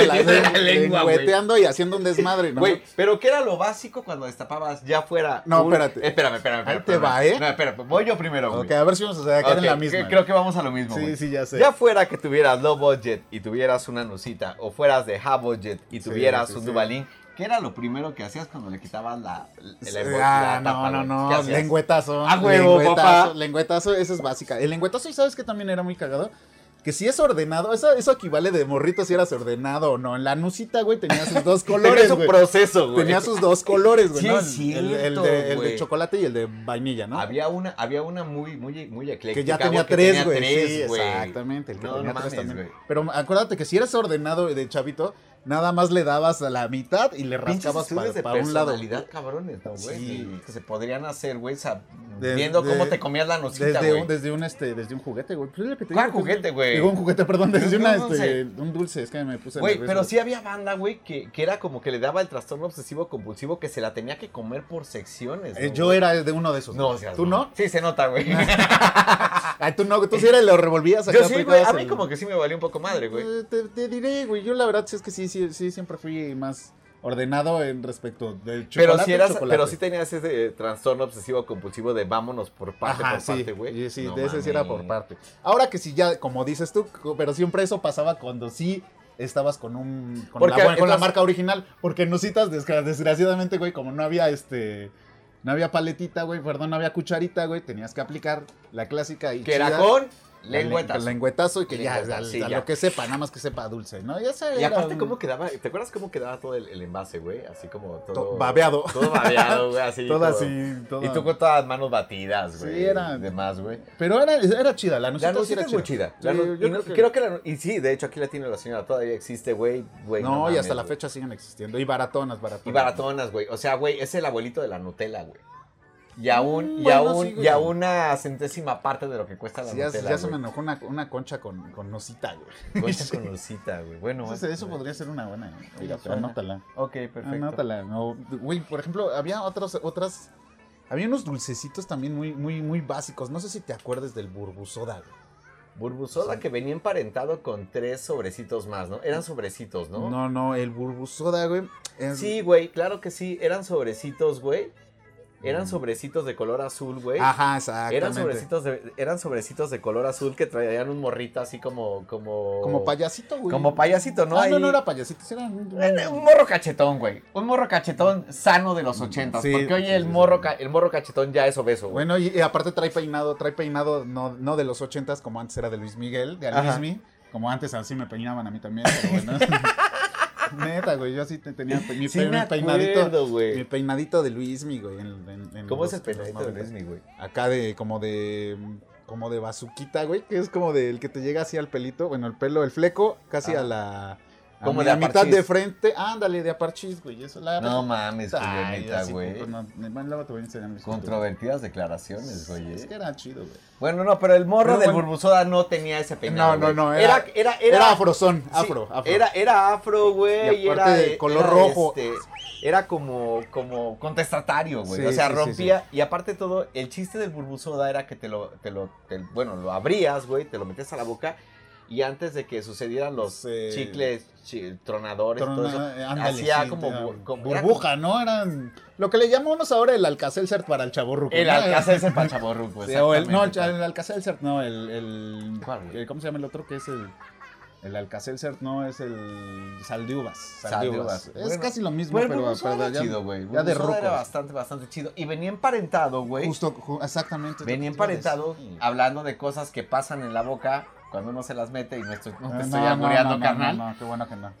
[SPEAKER 2] lengüeteando la,
[SPEAKER 3] la lengua, güey.
[SPEAKER 2] lengüeteando y haciendo un desmadre, Mm, ¿no?
[SPEAKER 3] Güey, pero ¿qué era lo básico cuando destapabas ya fuera?
[SPEAKER 2] No,
[SPEAKER 3] un-
[SPEAKER 2] espérate.
[SPEAKER 3] Espérame, espérame.
[SPEAKER 2] Ahí
[SPEAKER 3] espérame
[SPEAKER 2] te va, ¿eh?
[SPEAKER 3] No, espérame, voy yo primero, güey.
[SPEAKER 2] Ok, a ver si vamos a quedar
[SPEAKER 3] Ok,
[SPEAKER 2] en la
[SPEAKER 3] que-
[SPEAKER 2] misma.
[SPEAKER 3] Creo que vamos a lo mismo, güey.
[SPEAKER 2] Sí, sí, ya sé.
[SPEAKER 3] Ya fuera que tuvieras low budget y tuvieras una nusita, o fueras de high budget y
[SPEAKER 2] Sí,
[SPEAKER 3] tuvieras
[SPEAKER 2] sí,
[SPEAKER 3] un
[SPEAKER 2] sí.
[SPEAKER 3] Dubalín, ¿qué era lo primero que hacías cuando le quitabas la, la, la-
[SPEAKER 2] ah,
[SPEAKER 3] la tapa,
[SPEAKER 2] no, no,
[SPEAKER 3] güey? ¿Qué
[SPEAKER 2] no,
[SPEAKER 3] hacías?
[SPEAKER 2] lengüetazo.
[SPEAKER 3] A huevo,
[SPEAKER 2] lengüetazo,
[SPEAKER 3] oh, papá.
[SPEAKER 2] Lengüetazo, esa es básica. El lengüetazo, ¿y sabes que también era muy cagado? Que si es ordenado, eso, eso equivale de morrito si eras ordenado o no. En la nucita, güey, tenía sus dos
[SPEAKER 3] Tenía
[SPEAKER 2] colores,
[SPEAKER 3] su
[SPEAKER 2] güey.
[SPEAKER 3] proceso, güey.
[SPEAKER 2] Tenía sus dos colores, güey.
[SPEAKER 3] Sí,
[SPEAKER 2] ¿no?
[SPEAKER 3] es
[SPEAKER 2] el, el- el
[SPEAKER 3] cierto,
[SPEAKER 2] de, el de
[SPEAKER 3] güey.
[SPEAKER 2] chocolate y el de vainilla, ¿no?
[SPEAKER 3] Había una, había una muy, muy, muy ecléctica.
[SPEAKER 2] que ya
[SPEAKER 3] güey,
[SPEAKER 2] tenía
[SPEAKER 3] que
[SPEAKER 2] tres, güey.
[SPEAKER 3] tres,
[SPEAKER 2] Sí,
[SPEAKER 3] güey.
[SPEAKER 2] exactamente. El que
[SPEAKER 3] No,
[SPEAKER 2] tenía
[SPEAKER 3] no
[SPEAKER 2] tres
[SPEAKER 3] mames,
[SPEAKER 2] también.
[SPEAKER 3] güey.
[SPEAKER 2] Pero acuérdate que si eres ordenado de chavito, nada más le dabas a la mitad y le
[SPEAKER 3] Pinches
[SPEAKER 2] rascabas
[SPEAKER 3] estudios
[SPEAKER 2] para,
[SPEAKER 3] de
[SPEAKER 2] un lado.
[SPEAKER 3] personalidad, cabrones, ¿no, güey?
[SPEAKER 2] Sí.
[SPEAKER 3] Que se podrían hacer, güey, sab-
[SPEAKER 2] Desde-
[SPEAKER 3] viendo cómo te comías la nusita,
[SPEAKER 2] Desde, un,
[SPEAKER 3] güey.
[SPEAKER 2] desde, un, este, desde un juguete, güey. Pues es lo que te
[SPEAKER 3] ¿Cuál
[SPEAKER 2] digo, que es-
[SPEAKER 3] juguete, güey? Pues
[SPEAKER 2] Digo, un juguete, perdón, desde
[SPEAKER 3] Un
[SPEAKER 2] una,
[SPEAKER 3] dulce.
[SPEAKER 2] este, un dulce, es que me puse
[SPEAKER 3] Güey,
[SPEAKER 2] nervioso.
[SPEAKER 3] pero sí había banda, güey, que, que era como que le daba el trastorno obsesivo compulsivo que se la tenía que comer por secciones.
[SPEAKER 2] Eh,
[SPEAKER 3] ¿no,
[SPEAKER 2] yo
[SPEAKER 3] güey?
[SPEAKER 2] era de uno de esos.
[SPEAKER 3] No, o
[SPEAKER 2] güey.
[SPEAKER 3] sea,
[SPEAKER 2] ¿Tú no?
[SPEAKER 3] Sí, se nota, güey.
[SPEAKER 2] Ay, tú no, tú sí eres, lo revolvías acá.
[SPEAKER 3] yo sí, güey.
[SPEAKER 2] aplicabas
[SPEAKER 3] A mí
[SPEAKER 2] el-
[SPEAKER 3] como que sí me valió un poco madre, güey.
[SPEAKER 2] Eh, Te, te diré, güey, yo la verdad sí es que sí, sí, sí, siempre fui más ordenado en respecto del chocolate.
[SPEAKER 3] Pero sí, eras,
[SPEAKER 2] chocolate.
[SPEAKER 3] pero sí tenías ese eh, trastorno obsesivo compulsivo de vámonos por parte
[SPEAKER 2] Ajá,
[SPEAKER 3] por
[SPEAKER 2] sí,
[SPEAKER 3] parte, güey.
[SPEAKER 2] y Sí,
[SPEAKER 3] No
[SPEAKER 2] de ese sí era por
[SPEAKER 3] mames.
[SPEAKER 2] parte. Ahora que sí, ya, como dices tú, co- pero siempre eso pasaba cuando sí estabas con un con,
[SPEAKER 3] Porque,
[SPEAKER 2] la, buen- con la
[SPEAKER 3] entonces-
[SPEAKER 2] marca original. Porque en Nusitas, desgra- desgraciadamente, güey, como no había este. No había paletita, güey, perdón, no había cucharita, güey. Tenías que aplicar la clásica y
[SPEAKER 3] Que era
[SPEAKER 2] chida,
[SPEAKER 3] con
[SPEAKER 2] la
[SPEAKER 3] lengüetas.
[SPEAKER 2] len- Lengüetazo y que ya,
[SPEAKER 3] Lengüetazo,
[SPEAKER 2] al-
[SPEAKER 3] sí,
[SPEAKER 2] a
[SPEAKER 3] ya.
[SPEAKER 2] lo que sepa, nada más que sepa dulce, ¿no? Ya sé.
[SPEAKER 3] Y
[SPEAKER 2] era
[SPEAKER 3] aparte,
[SPEAKER 2] un-
[SPEAKER 3] ¿cómo quedaba? ¿Te acuerdas cómo quedaba todo el, el envase, güey? Así como todo.
[SPEAKER 2] To- babeado.
[SPEAKER 3] Todo babeado, güey, así.
[SPEAKER 2] Todo
[SPEAKER 3] como-
[SPEAKER 2] así, todo.
[SPEAKER 3] Y tú con todas las manos batidas,
[SPEAKER 2] Sí,
[SPEAKER 3] güey.
[SPEAKER 2] era-
[SPEAKER 3] Demás, güey.
[SPEAKER 2] Pero era, era chida, la
[SPEAKER 3] La
[SPEAKER 2] nucita sí
[SPEAKER 3] nocita
[SPEAKER 2] era
[SPEAKER 3] es muy chida. La
[SPEAKER 2] Sí,
[SPEAKER 3] no-
[SPEAKER 2] yo
[SPEAKER 3] y no-
[SPEAKER 2] creo que-
[SPEAKER 3] creo que la- Y sí, de hecho, aquí la tiene la señora. Todavía existe, güey. güey,
[SPEAKER 2] No, y
[SPEAKER 3] mames,
[SPEAKER 2] hasta la
[SPEAKER 3] güey.
[SPEAKER 2] fecha siguen existiendo. Y baratonas, baratonas.
[SPEAKER 3] Y baratonas, güey. O sea, güey, es el abuelito de la Nutella, güey. Y aún,
[SPEAKER 2] Mm,
[SPEAKER 3] y
[SPEAKER 2] bueno,
[SPEAKER 3] aún,
[SPEAKER 2] sí, güey.
[SPEAKER 3] y a una centésima parte de lo que cuesta la
[SPEAKER 2] Sí, ya
[SPEAKER 3] Nutella.
[SPEAKER 2] ya se me
[SPEAKER 3] güey.
[SPEAKER 2] enojó una, una concha con, con nosita, güey.
[SPEAKER 3] Concha con Nutella, güey. Bueno,
[SPEAKER 2] Entonces, eso
[SPEAKER 3] güey.
[SPEAKER 2] podría ser una buena. eh.
[SPEAKER 3] Mira, suena.
[SPEAKER 2] Anótala.
[SPEAKER 3] Ok, perfecto.
[SPEAKER 2] Anótala. no. Güey, por ejemplo, había otros, otras. Había unos dulcecitos también muy, muy, muy básicos. No sé si te acuerdes del burbusoda, güey.
[SPEAKER 3] Burbusoda
[SPEAKER 2] Sí.
[SPEAKER 3] que venía emparentado con tres sobrecitos más, ¿no? Eran sobrecitos, ¿no?
[SPEAKER 2] No, no, el burbusoda, güey. es-
[SPEAKER 3] Sí, güey, claro que sí. Eran sobrecitos, güey. Eran
[SPEAKER 2] Mm.
[SPEAKER 3] sobrecitos de color azul, güey.
[SPEAKER 2] Ajá, exactamente.
[SPEAKER 3] Eran sobrecitos, de, eran sobrecitos de color azul que traían un morrito así como. Como,
[SPEAKER 2] Como payasito, güey.
[SPEAKER 3] Como payasito, ¿no?
[SPEAKER 2] Ah, no,
[SPEAKER 3] Ahí-
[SPEAKER 2] no era payasito, era un-
[SPEAKER 3] Eh, Un morro cachetón, güey. Un morro cachetón sano de los
[SPEAKER 2] Mm,
[SPEAKER 3] ochentas.
[SPEAKER 2] sí,
[SPEAKER 3] porque hoy
[SPEAKER 2] sí,
[SPEAKER 3] el,
[SPEAKER 2] sí,
[SPEAKER 3] morro
[SPEAKER 2] sí.
[SPEAKER 3] ca- el morro cachetón ya es obeso, güey.
[SPEAKER 2] Bueno, y, y aparte trae peinado, trae peinado no, no de los ochentas, como antes era de Luis Miguel, de
[SPEAKER 3] Ajá.
[SPEAKER 2] Luismi. Como antes así me peinaban a mí también, pero bueno. Neta, güey, yo así te- tenía pe- mi,
[SPEAKER 3] Sí
[SPEAKER 2] pe-
[SPEAKER 3] me
[SPEAKER 2] mi peinadito.
[SPEAKER 3] acuerdo, güey.
[SPEAKER 2] Mi peinadito de Luismi, güey. en- en- en
[SPEAKER 3] ¿Cómo
[SPEAKER 2] los-
[SPEAKER 3] es el
[SPEAKER 2] en los
[SPEAKER 3] peinadito de
[SPEAKER 2] 90.
[SPEAKER 3] Luis, mi güey?
[SPEAKER 2] Acá de, como de, como de bazuquita, güey, que es como del que te llega así al pelito, bueno, el pelo, el fleco, casi
[SPEAKER 3] Ajá.
[SPEAKER 2] a la... a
[SPEAKER 3] Como
[SPEAKER 2] mi-
[SPEAKER 3] de
[SPEAKER 2] a mitad
[SPEAKER 3] aparchís.
[SPEAKER 2] de frente, ándale, de aparchis, güey, eso la...
[SPEAKER 3] No mames,
[SPEAKER 2] Ay,
[SPEAKER 3] Julianita,
[SPEAKER 2] así,
[SPEAKER 3] güey.
[SPEAKER 2] pues, no, bueno, luego te voy a enseñar mis
[SPEAKER 3] Controvertidas declaraciones,
[SPEAKER 2] Sí,
[SPEAKER 3] güey.
[SPEAKER 2] Es
[SPEAKER 3] eh.
[SPEAKER 2] que era chido, güey.
[SPEAKER 3] Bueno, no, pero el morro
[SPEAKER 2] Pero
[SPEAKER 3] del
[SPEAKER 2] bueno.
[SPEAKER 3] Burbusoda no tenía ese peinado.
[SPEAKER 2] No, no,
[SPEAKER 3] güey.
[SPEAKER 2] no,
[SPEAKER 3] Era,
[SPEAKER 2] era-
[SPEAKER 3] era,
[SPEAKER 2] Era,
[SPEAKER 3] era,
[SPEAKER 2] afrozón,
[SPEAKER 3] sí,
[SPEAKER 2] afro, afro.
[SPEAKER 3] Era, era afro, güey.
[SPEAKER 2] Y aparte
[SPEAKER 3] era
[SPEAKER 2] de
[SPEAKER 3] eh,
[SPEAKER 2] color
[SPEAKER 3] era,
[SPEAKER 2] rojo.
[SPEAKER 3] este, era como, como contestatario, güey.
[SPEAKER 2] Sí,
[SPEAKER 3] o sea,
[SPEAKER 2] sí, sí,
[SPEAKER 3] rompía. Y aparte de todo, el chiste del Burbusoda era que te lo, te lo, te- bueno, lo abrías, güey, te lo metías a la boca. Y antes de que sucedieran los
[SPEAKER 2] Sí.
[SPEAKER 3] chicles chi- tronadores,
[SPEAKER 2] Pero no,
[SPEAKER 3] todo eso,
[SPEAKER 2] eh, ándale,
[SPEAKER 3] hacía
[SPEAKER 2] sí,
[SPEAKER 3] como
[SPEAKER 2] era
[SPEAKER 3] bu- como- era
[SPEAKER 2] burbuja, ¿no? Eran lo que le llamamos ahora el alcacelser para el chaborruco.
[SPEAKER 3] el
[SPEAKER 2] ¿no?
[SPEAKER 3] alcacerse para chaborruco.
[SPEAKER 2] Sí, o el- no, el,
[SPEAKER 3] Pues exactamente.
[SPEAKER 2] el alcacelser, no, el, el-
[SPEAKER 3] ¿Cuál, güey?
[SPEAKER 2] el- ¿Cómo se llama el otro que es el... El alcacelser no es el sal de uvas. sal
[SPEAKER 3] Sal
[SPEAKER 2] de
[SPEAKER 3] de
[SPEAKER 2] uvas.
[SPEAKER 3] uvas.
[SPEAKER 2] Es
[SPEAKER 3] Bueno,
[SPEAKER 2] casi lo mismo,
[SPEAKER 3] Bueno,
[SPEAKER 2] pero,
[SPEAKER 3] Burbusoda
[SPEAKER 2] pero
[SPEAKER 3] era
[SPEAKER 2] ya,
[SPEAKER 3] chido, güey.
[SPEAKER 2] ya de
[SPEAKER 3] Burbusoda era
[SPEAKER 2] rucos.
[SPEAKER 3] bastante, bastante chido. Y venía emparentado, güey.
[SPEAKER 2] Justo, ju- exactamente.
[SPEAKER 3] Venía emparentado hablando de cosas que pasan en la boca cuando uno se las mete y no, estoy, no te
[SPEAKER 2] Ah,
[SPEAKER 3] estoy
[SPEAKER 2] no, no,
[SPEAKER 3] albureando,
[SPEAKER 2] no, no,
[SPEAKER 3] carnal.
[SPEAKER 2] no, no, qué bueno que no.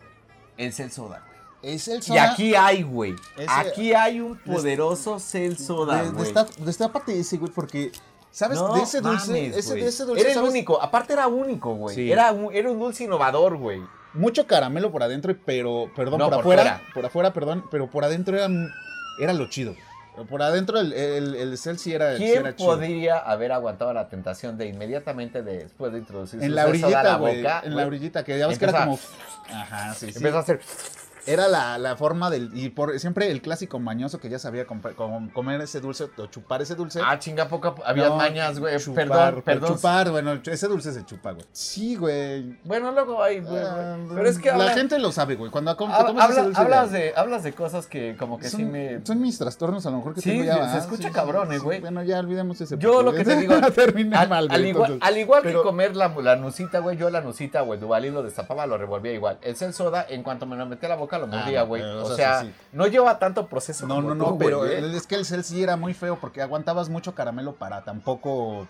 [SPEAKER 3] El Cel Soda. güey.
[SPEAKER 2] Es el
[SPEAKER 3] Y aquí hay, güey.
[SPEAKER 2] Ese-
[SPEAKER 3] Aquí hay un poderoso Cel Soda,
[SPEAKER 2] De, de
[SPEAKER 3] güey.
[SPEAKER 2] esta, de esta parte de ese, güey, porque, ¿sabes?
[SPEAKER 3] No
[SPEAKER 2] de ese dulce,
[SPEAKER 3] mames,
[SPEAKER 2] ese,
[SPEAKER 3] güey.
[SPEAKER 2] de ese dulce,
[SPEAKER 3] Era el
[SPEAKER 2] ¿sabes?
[SPEAKER 3] único. Aparte era único, güey.
[SPEAKER 2] Sí.
[SPEAKER 3] Era, un, era un dulce innovador, güey.
[SPEAKER 2] Mucho caramelo por adentro, pero, perdón,
[SPEAKER 3] No,
[SPEAKER 2] por,
[SPEAKER 3] por
[SPEAKER 2] afuera,
[SPEAKER 3] fuera.
[SPEAKER 2] por afuera, perdón, pero por adentro era, era lo chido. Por adentro el, el, el cel sí era, sí
[SPEAKER 3] ¿Quién
[SPEAKER 2] era chido.
[SPEAKER 3] podría haber aguantado la tentación de inmediatamente después de introducir su
[SPEAKER 2] En la
[SPEAKER 3] Cel Soda a
[SPEAKER 2] orillita,
[SPEAKER 3] la
[SPEAKER 2] güey,
[SPEAKER 3] boca?
[SPEAKER 2] en
[SPEAKER 3] güey,
[SPEAKER 2] la orillita, que ya ves que era como...
[SPEAKER 3] Empezaba.
[SPEAKER 2] Ajá, sí, sí.
[SPEAKER 3] Empezó a hacer...
[SPEAKER 2] Era la, la forma del... Y por siempre el clásico mañoso que ya sabía compra- com- comer ese dulce o chupar ese dulce.
[SPEAKER 3] Ah, chinga, poco a poco había
[SPEAKER 2] No,
[SPEAKER 3] mañas, güey.
[SPEAKER 2] chupar,
[SPEAKER 3] Perdón,
[SPEAKER 2] pero
[SPEAKER 3] perdón.
[SPEAKER 2] Chupar, bueno, ese dulce se chupa, güey. Sí, güey.
[SPEAKER 3] Bueno, luego hay, güey,
[SPEAKER 2] Ah,
[SPEAKER 3] güey. Pero es que
[SPEAKER 2] la
[SPEAKER 3] ahora-
[SPEAKER 2] gente lo sabe, güey. Cuando com-
[SPEAKER 3] Hab-
[SPEAKER 2] comes ese
[SPEAKER 3] habla-
[SPEAKER 2] dulce,
[SPEAKER 3] hablas,
[SPEAKER 2] ya-
[SPEAKER 3] de, hablas de cosas que como que
[SPEAKER 2] son,
[SPEAKER 3] sí me...
[SPEAKER 2] son mis trastornos a lo mejor que
[SPEAKER 3] Sí,
[SPEAKER 2] tengo ya.
[SPEAKER 3] se
[SPEAKER 2] ¿verdad?
[SPEAKER 3] escucha cabrón, eh, güey.
[SPEAKER 2] Bueno, ya olvidemos ese.
[SPEAKER 3] Yo lo
[SPEAKER 2] porque
[SPEAKER 3] que te digo,
[SPEAKER 2] terminé
[SPEAKER 3] al,
[SPEAKER 2] mal,
[SPEAKER 3] al
[SPEAKER 2] güey,
[SPEAKER 3] igual,
[SPEAKER 2] entonces.
[SPEAKER 3] al igual
[SPEAKER 2] pero-
[SPEAKER 3] que comer la, la nucita, güey, yo la nucita o el Duvalín lo destapaba, lo revolvía igual. El cel soda, en cuanto me lo metía a la boca, lo
[SPEAKER 2] Ah,
[SPEAKER 3] mordía,
[SPEAKER 2] no,
[SPEAKER 3] güey.
[SPEAKER 2] pero,
[SPEAKER 3] o
[SPEAKER 2] o sea,
[SPEAKER 3] sea,
[SPEAKER 2] sí, sí.
[SPEAKER 3] no lleva tanto proceso
[SPEAKER 2] No, no,
[SPEAKER 3] como tú,
[SPEAKER 2] no,
[SPEAKER 3] güey,
[SPEAKER 2] pero
[SPEAKER 3] ¿eh?
[SPEAKER 2] el- es que el cel sí era muy feo porque aguantabas mucho caramelo para tampoco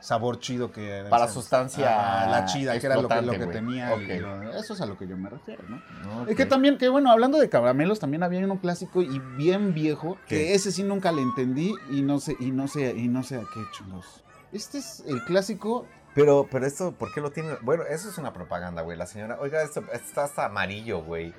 [SPEAKER 2] sabor chido que era el
[SPEAKER 3] ¿eh? Para
[SPEAKER 2] Cel.
[SPEAKER 3] sustancia
[SPEAKER 2] Ah, la chida, que era lo que, lo que
[SPEAKER 3] explotante, güey.
[SPEAKER 2] tenía. y
[SPEAKER 3] Ok.
[SPEAKER 2] lo- eso es a lo que yo me refiero, ¿no?
[SPEAKER 3] No,
[SPEAKER 2] Es que
[SPEAKER 3] ok.
[SPEAKER 2] también, que bueno, hablando de caramelos, también había uno clásico y bien viejo,
[SPEAKER 3] ¿Qué?
[SPEAKER 2] que ese sí nunca le entendí y no sé, y no sé, y no sé a qué chingos. Este es el clásico.
[SPEAKER 3] Pero, pero esto, ¿por qué lo tiene? Bueno, eso es una propaganda, güey. La señora, oiga, esto, esto está hasta amarillo, güey.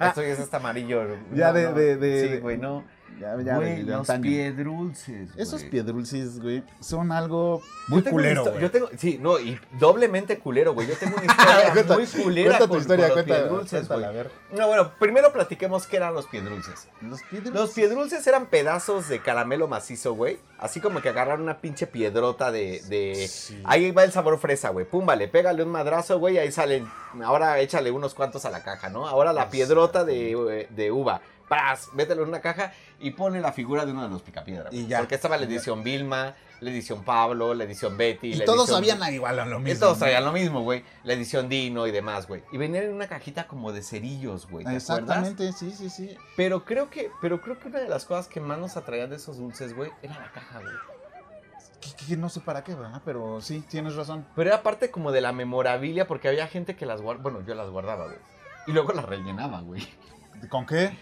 [SPEAKER 3] Esto ya es hasta amarillo.
[SPEAKER 2] Ya
[SPEAKER 3] No,
[SPEAKER 2] de-
[SPEAKER 3] no.
[SPEAKER 2] de- de-
[SPEAKER 3] Sí,
[SPEAKER 2] de-
[SPEAKER 3] güey, no.
[SPEAKER 2] Ya,
[SPEAKER 3] Güey,
[SPEAKER 2] de- de
[SPEAKER 3] los
[SPEAKER 2] antaño.
[SPEAKER 3] piedrulces.
[SPEAKER 2] Esos
[SPEAKER 3] güey.
[SPEAKER 2] piedrulces, güey, son algo muy
[SPEAKER 3] Yo tengo una
[SPEAKER 2] culero,
[SPEAKER 3] histo-
[SPEAKER 2] güey.
[SPEAKER 3] Yo tengo, sí, no, y doblemente culero, güey. Yo tengo una historia
[SPEAKER 2] Cuenta-
[SPEAKER 3] muy culera.
[SPEAKER 2] Cuenta tu
[SPEAKER 3] con-
[SPEAKER 2] historia,
[SPEAKER 3] con los
[SPEAKER 2] cuenta,
[SPEAKER 3] piedrulces,
[SPEAKER 2] cuéntala, a
[SPEAKER 3] güey.
[SPEAKER 2] ver.
[SPEAKER 3] No, bueno, primero platiquemos qué eran los piedrulces.
[SPEAKER 2] Los piedrulces.
[SPEAKER 3] Los piedrulces eran pedazos de caramelo macizo, güey. Así como que agarraron una pinche piedrota de. de-
[SPEAKER 2] Sí.
[SPEAKER 3] Ahí va el sabor fresa, güey. Pum, vale, pégale un madrazo,
[SPEAKER 2] Este.
[SPEAKER 3] güey. Ahí salen. Ahora échale unos cuantos a la caja, ¿no? Ahora la piedrota de, de uva. ¡pras! Mételo en una caja y pone la figura de uno de los picapiedra. güey.
[SPEAKER 2] Y ya.
[SPEAKER 3] Porque estaba la edición Vilma, la edición Pablo, la edición Betty.
[SPEAKER 2] Y
[SPEAKER 3] la
[SPEAKER 2] todos
[SPEAKER 3] edición-
[SPEAKER 2] sabían igual lo mismo.
[SPEAKER 3] Y todos
[SPEAKER 2] ¿no?
[SPEAKER 3] sabían lo mismo, güey. La edición Dino y demás, güey. Y venían en una cajita como de cerillos, güey. ¿Te acuerdas?
[SPEAKER 2] Exactamente, sí, sí, sí.
[SPEAKER 3] Pero creo que, pero creo que una de las cosas que más nos atraían de esos dulces, güey, era la caja, güey.
[SPEAKER 2] Que- que no sé para qué, ¿verdad? Pero sí, tienes razón.
[SPEAKER 3] Pero era parte como de la memorabilia porque había gente que las guardaba. Bueno, yo las guardaba, güey. Y luego las rellenaba, güey.
[SPEAKER 2] ¿Con qué?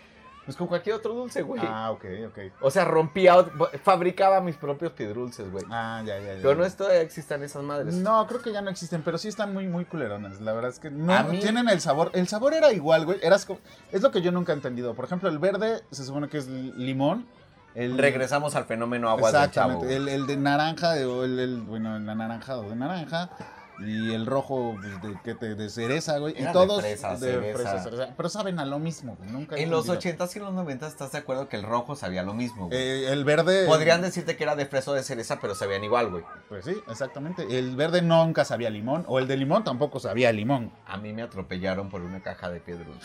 [SPEAKER 3] Pues con cualquier otro dulce, güey.
[SPEAKER 2] Ah, ok, ok.
[SPEAKER 3] O sea, rompía, ot- fabricaba mis propios dulces, güey.
[SPEAKER 2] Ah, ya, ya, ya.
[SPEAKER 3] Pero no es todavía existan esas madres.
[SPEAKER 2] No, creo que ya no existen, pero sí están muy, muy culeronas. La verdad es que
[SPEAKER 3] A
[SPEAKER 2] no
[SPEAKER 3] mí-
[SPEAKER 2] tienen el sabor. El sabor era igual, güey. Eras como- Es lo que yo nunca he entendido. Por ejemplo, el verde se supone que es li- limón. El...
[SPEAKER 3] Regresamos al fenómeno aguas del chavo.
[SPEAKER 2] Exactamente.
[SPEAKER 3] güey.
[SPEAKER 2] el, el de naranja, de- o el, el- bueno, el anaranjado de naranja. Y el rojo pues, de, que te- de cereza, güey.
[SPEAKER 3] Era
[SPEAKER 2] y
[SPEAKER 3] de
[SPEAKER 2] todos
[SPEAKER 3] fresa, cereza.
[SPEAKER 2] cereza. Pero saben a lo mismo, güey. Nunca he
[SPEAKER 3] En los
[SPEAKER 2] entendido.
[SPEAKER 3] 80s y en los 90s, ¿estás de acuerdo que el rojo sabía lo mismo, güey?
[SPEAKER 2] Eh, el verde.
[SPEAKER 3] Podrían decirte que era de fresa o de cereza, pero sabían igual, güey.
[SPEAKER 2] Pues sí, exactamente. El verde nunca sabía a limón. O el de limón tampoco sabía a limón.
[SPEAKER 3] A mí me atropellaron por una caja de piedrón.